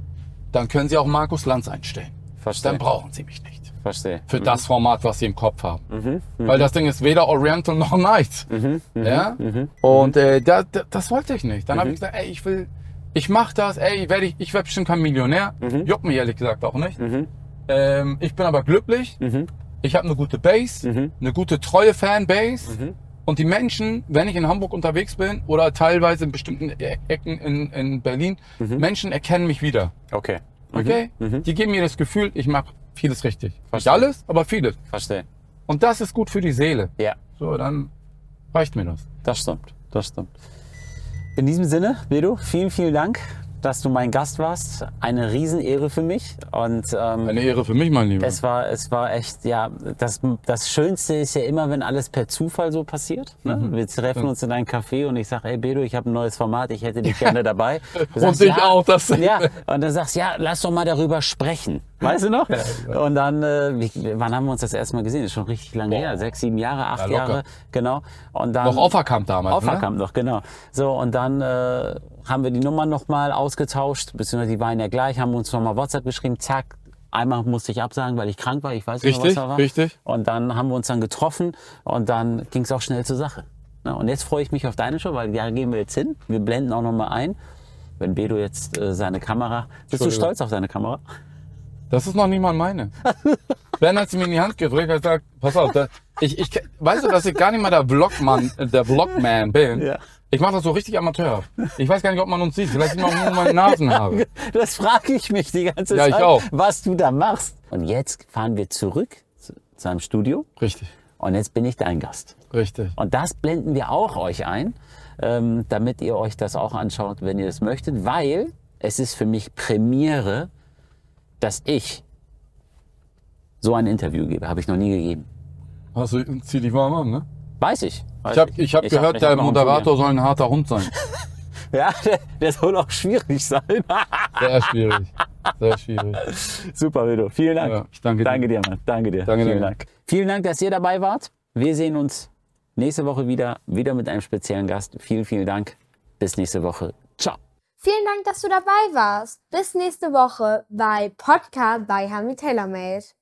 dann können Sie auch Markus Lanz einstellen. verstehe. Dann brauchen Sie mich nicht. verstehe. Für das Format, was Sie im Kopf haben. Weil das Ding ist weder Oriental noch Night. Ja? Und äh, da, da, das wollte ich nicht. Dann habe ich gesagt, ey, ich will, ich mach das, ey, werd ich, ich werde bestimmt kein Millionär. Juckt mich ehrlich gesagt auch nicht. Ähm, ich bin aber glücklich. Ich habe eine gute Base, eine gute treue Fanbase. Und die Menschen, wenn ich in Hamburg unterwegs bin oder teilweise in bestimmten E- Ecken in, in Berlin, Menschen erkennen mich wieder. Okay, Okay? Die geben mir das Gefühl, ich mache vieles richtig. Nicht alles, aber vieles. verstehe. Und das ist gut für die Seele. Ja, So, dann reicht mir das. das stimmt, das stimmt. In diesem Sinne, Bedo, vielen, vielen Dank, dass du mein Gast warst. Eine Riesenehre für mich. Und ähm, Eine Ehre für mich, mein Lieber. Es war, es war echt, ja, das, das Schönste ist ja immer, wenn alles per Zufall so passiert. Ne? Mhm. Wir treffen uns in einem Café und ich sage, hey Bedo, ich habe ein neues Format, ich hätte dich gerne dabei. Du Und ich auch, das- Ja, und dann sagst du, ja, lass doch mal darüber sprechen. Weißt du noch? und dann, äh, wie, wann haben wir uns das erste Mal gesehen? Ist schon richtig lange her, sechs, sieben Jahre, acht locker. Jahre, genau. Und dann, Noch Offerkamp damals, ne? Offerkamp noch, genau. So, und dann äh, haben wir die Nummern nochmal ausgetauscht, beziehungsweise die waren ja gleich, haben uns nochmal WhatsApp geschrieben, zack, einmal musste ich absagen, weil ich krank war, ich weiß nicht, mehr, was Richtig, da war. richtig. Und dann haben wir uns dann getroffen und dann ging es auch schnell zur Sache. Na, und jetzt freue ich mich auf deine Show, weil da gehen wir jetzt hin, wir blenden auch nochmal ein. Wenn Bedo jetzt äh, seine Kamera. Bist du Entschuldigung. stolz auf deine Kamera? Das ist noch nicht mal meine. Bern hat sie mir in die Hand gedrückt und gesagt, pass auf, das, Ich, ich, weißt du, dass ich gar nicht mal der Vlogman, der Vlogman bin? Ja. Ich mache das so richtig amateurhaft. Ich weiß gar nicht, ob man uns sieht. Vielleicht sieht man nur meine Nasen habe. Das frage ich mich die ganze Ja, Zeit, ich auch. was du da machst. Und jetzt fahren wir zurück zu seinem Studio Richtig, und jetzt bin ich dein Gast. richtig. Und das blenden wir auch euch ein, ähm, damit ihr euch das auch anschaut, wenn ihr das möchtet, weil es ist für mich Premiere, dass ich so ein Interview gebe. Habe ich noch nie gegeben. Hast du, zieh dich warm an, ne? Weiß Also ich. Weiß Ich habe ich hab gehört, mich der einfach Moderator soll ein harter Hund sein. informiert. Ja, der, der soll auch schwierig sein. Sehr schwierig. Sehr schwierig. Super, Vido. Vielen Dank. Ja, ich danke dir. danke dir, Mann. Danke dir. Danke, Vielen danke. Dank. Vielen Dank, dass ihr dabei wart. Wir sehen uns nächste Woche wieder, wieder mit einem speziellen Gast. Vielen, vielen Dank. Bis nächste Woche. Ciao. Vielen Dank, dass du dabei warst. Bis nächste Woche bei Podcast bei Hami TaylorMade.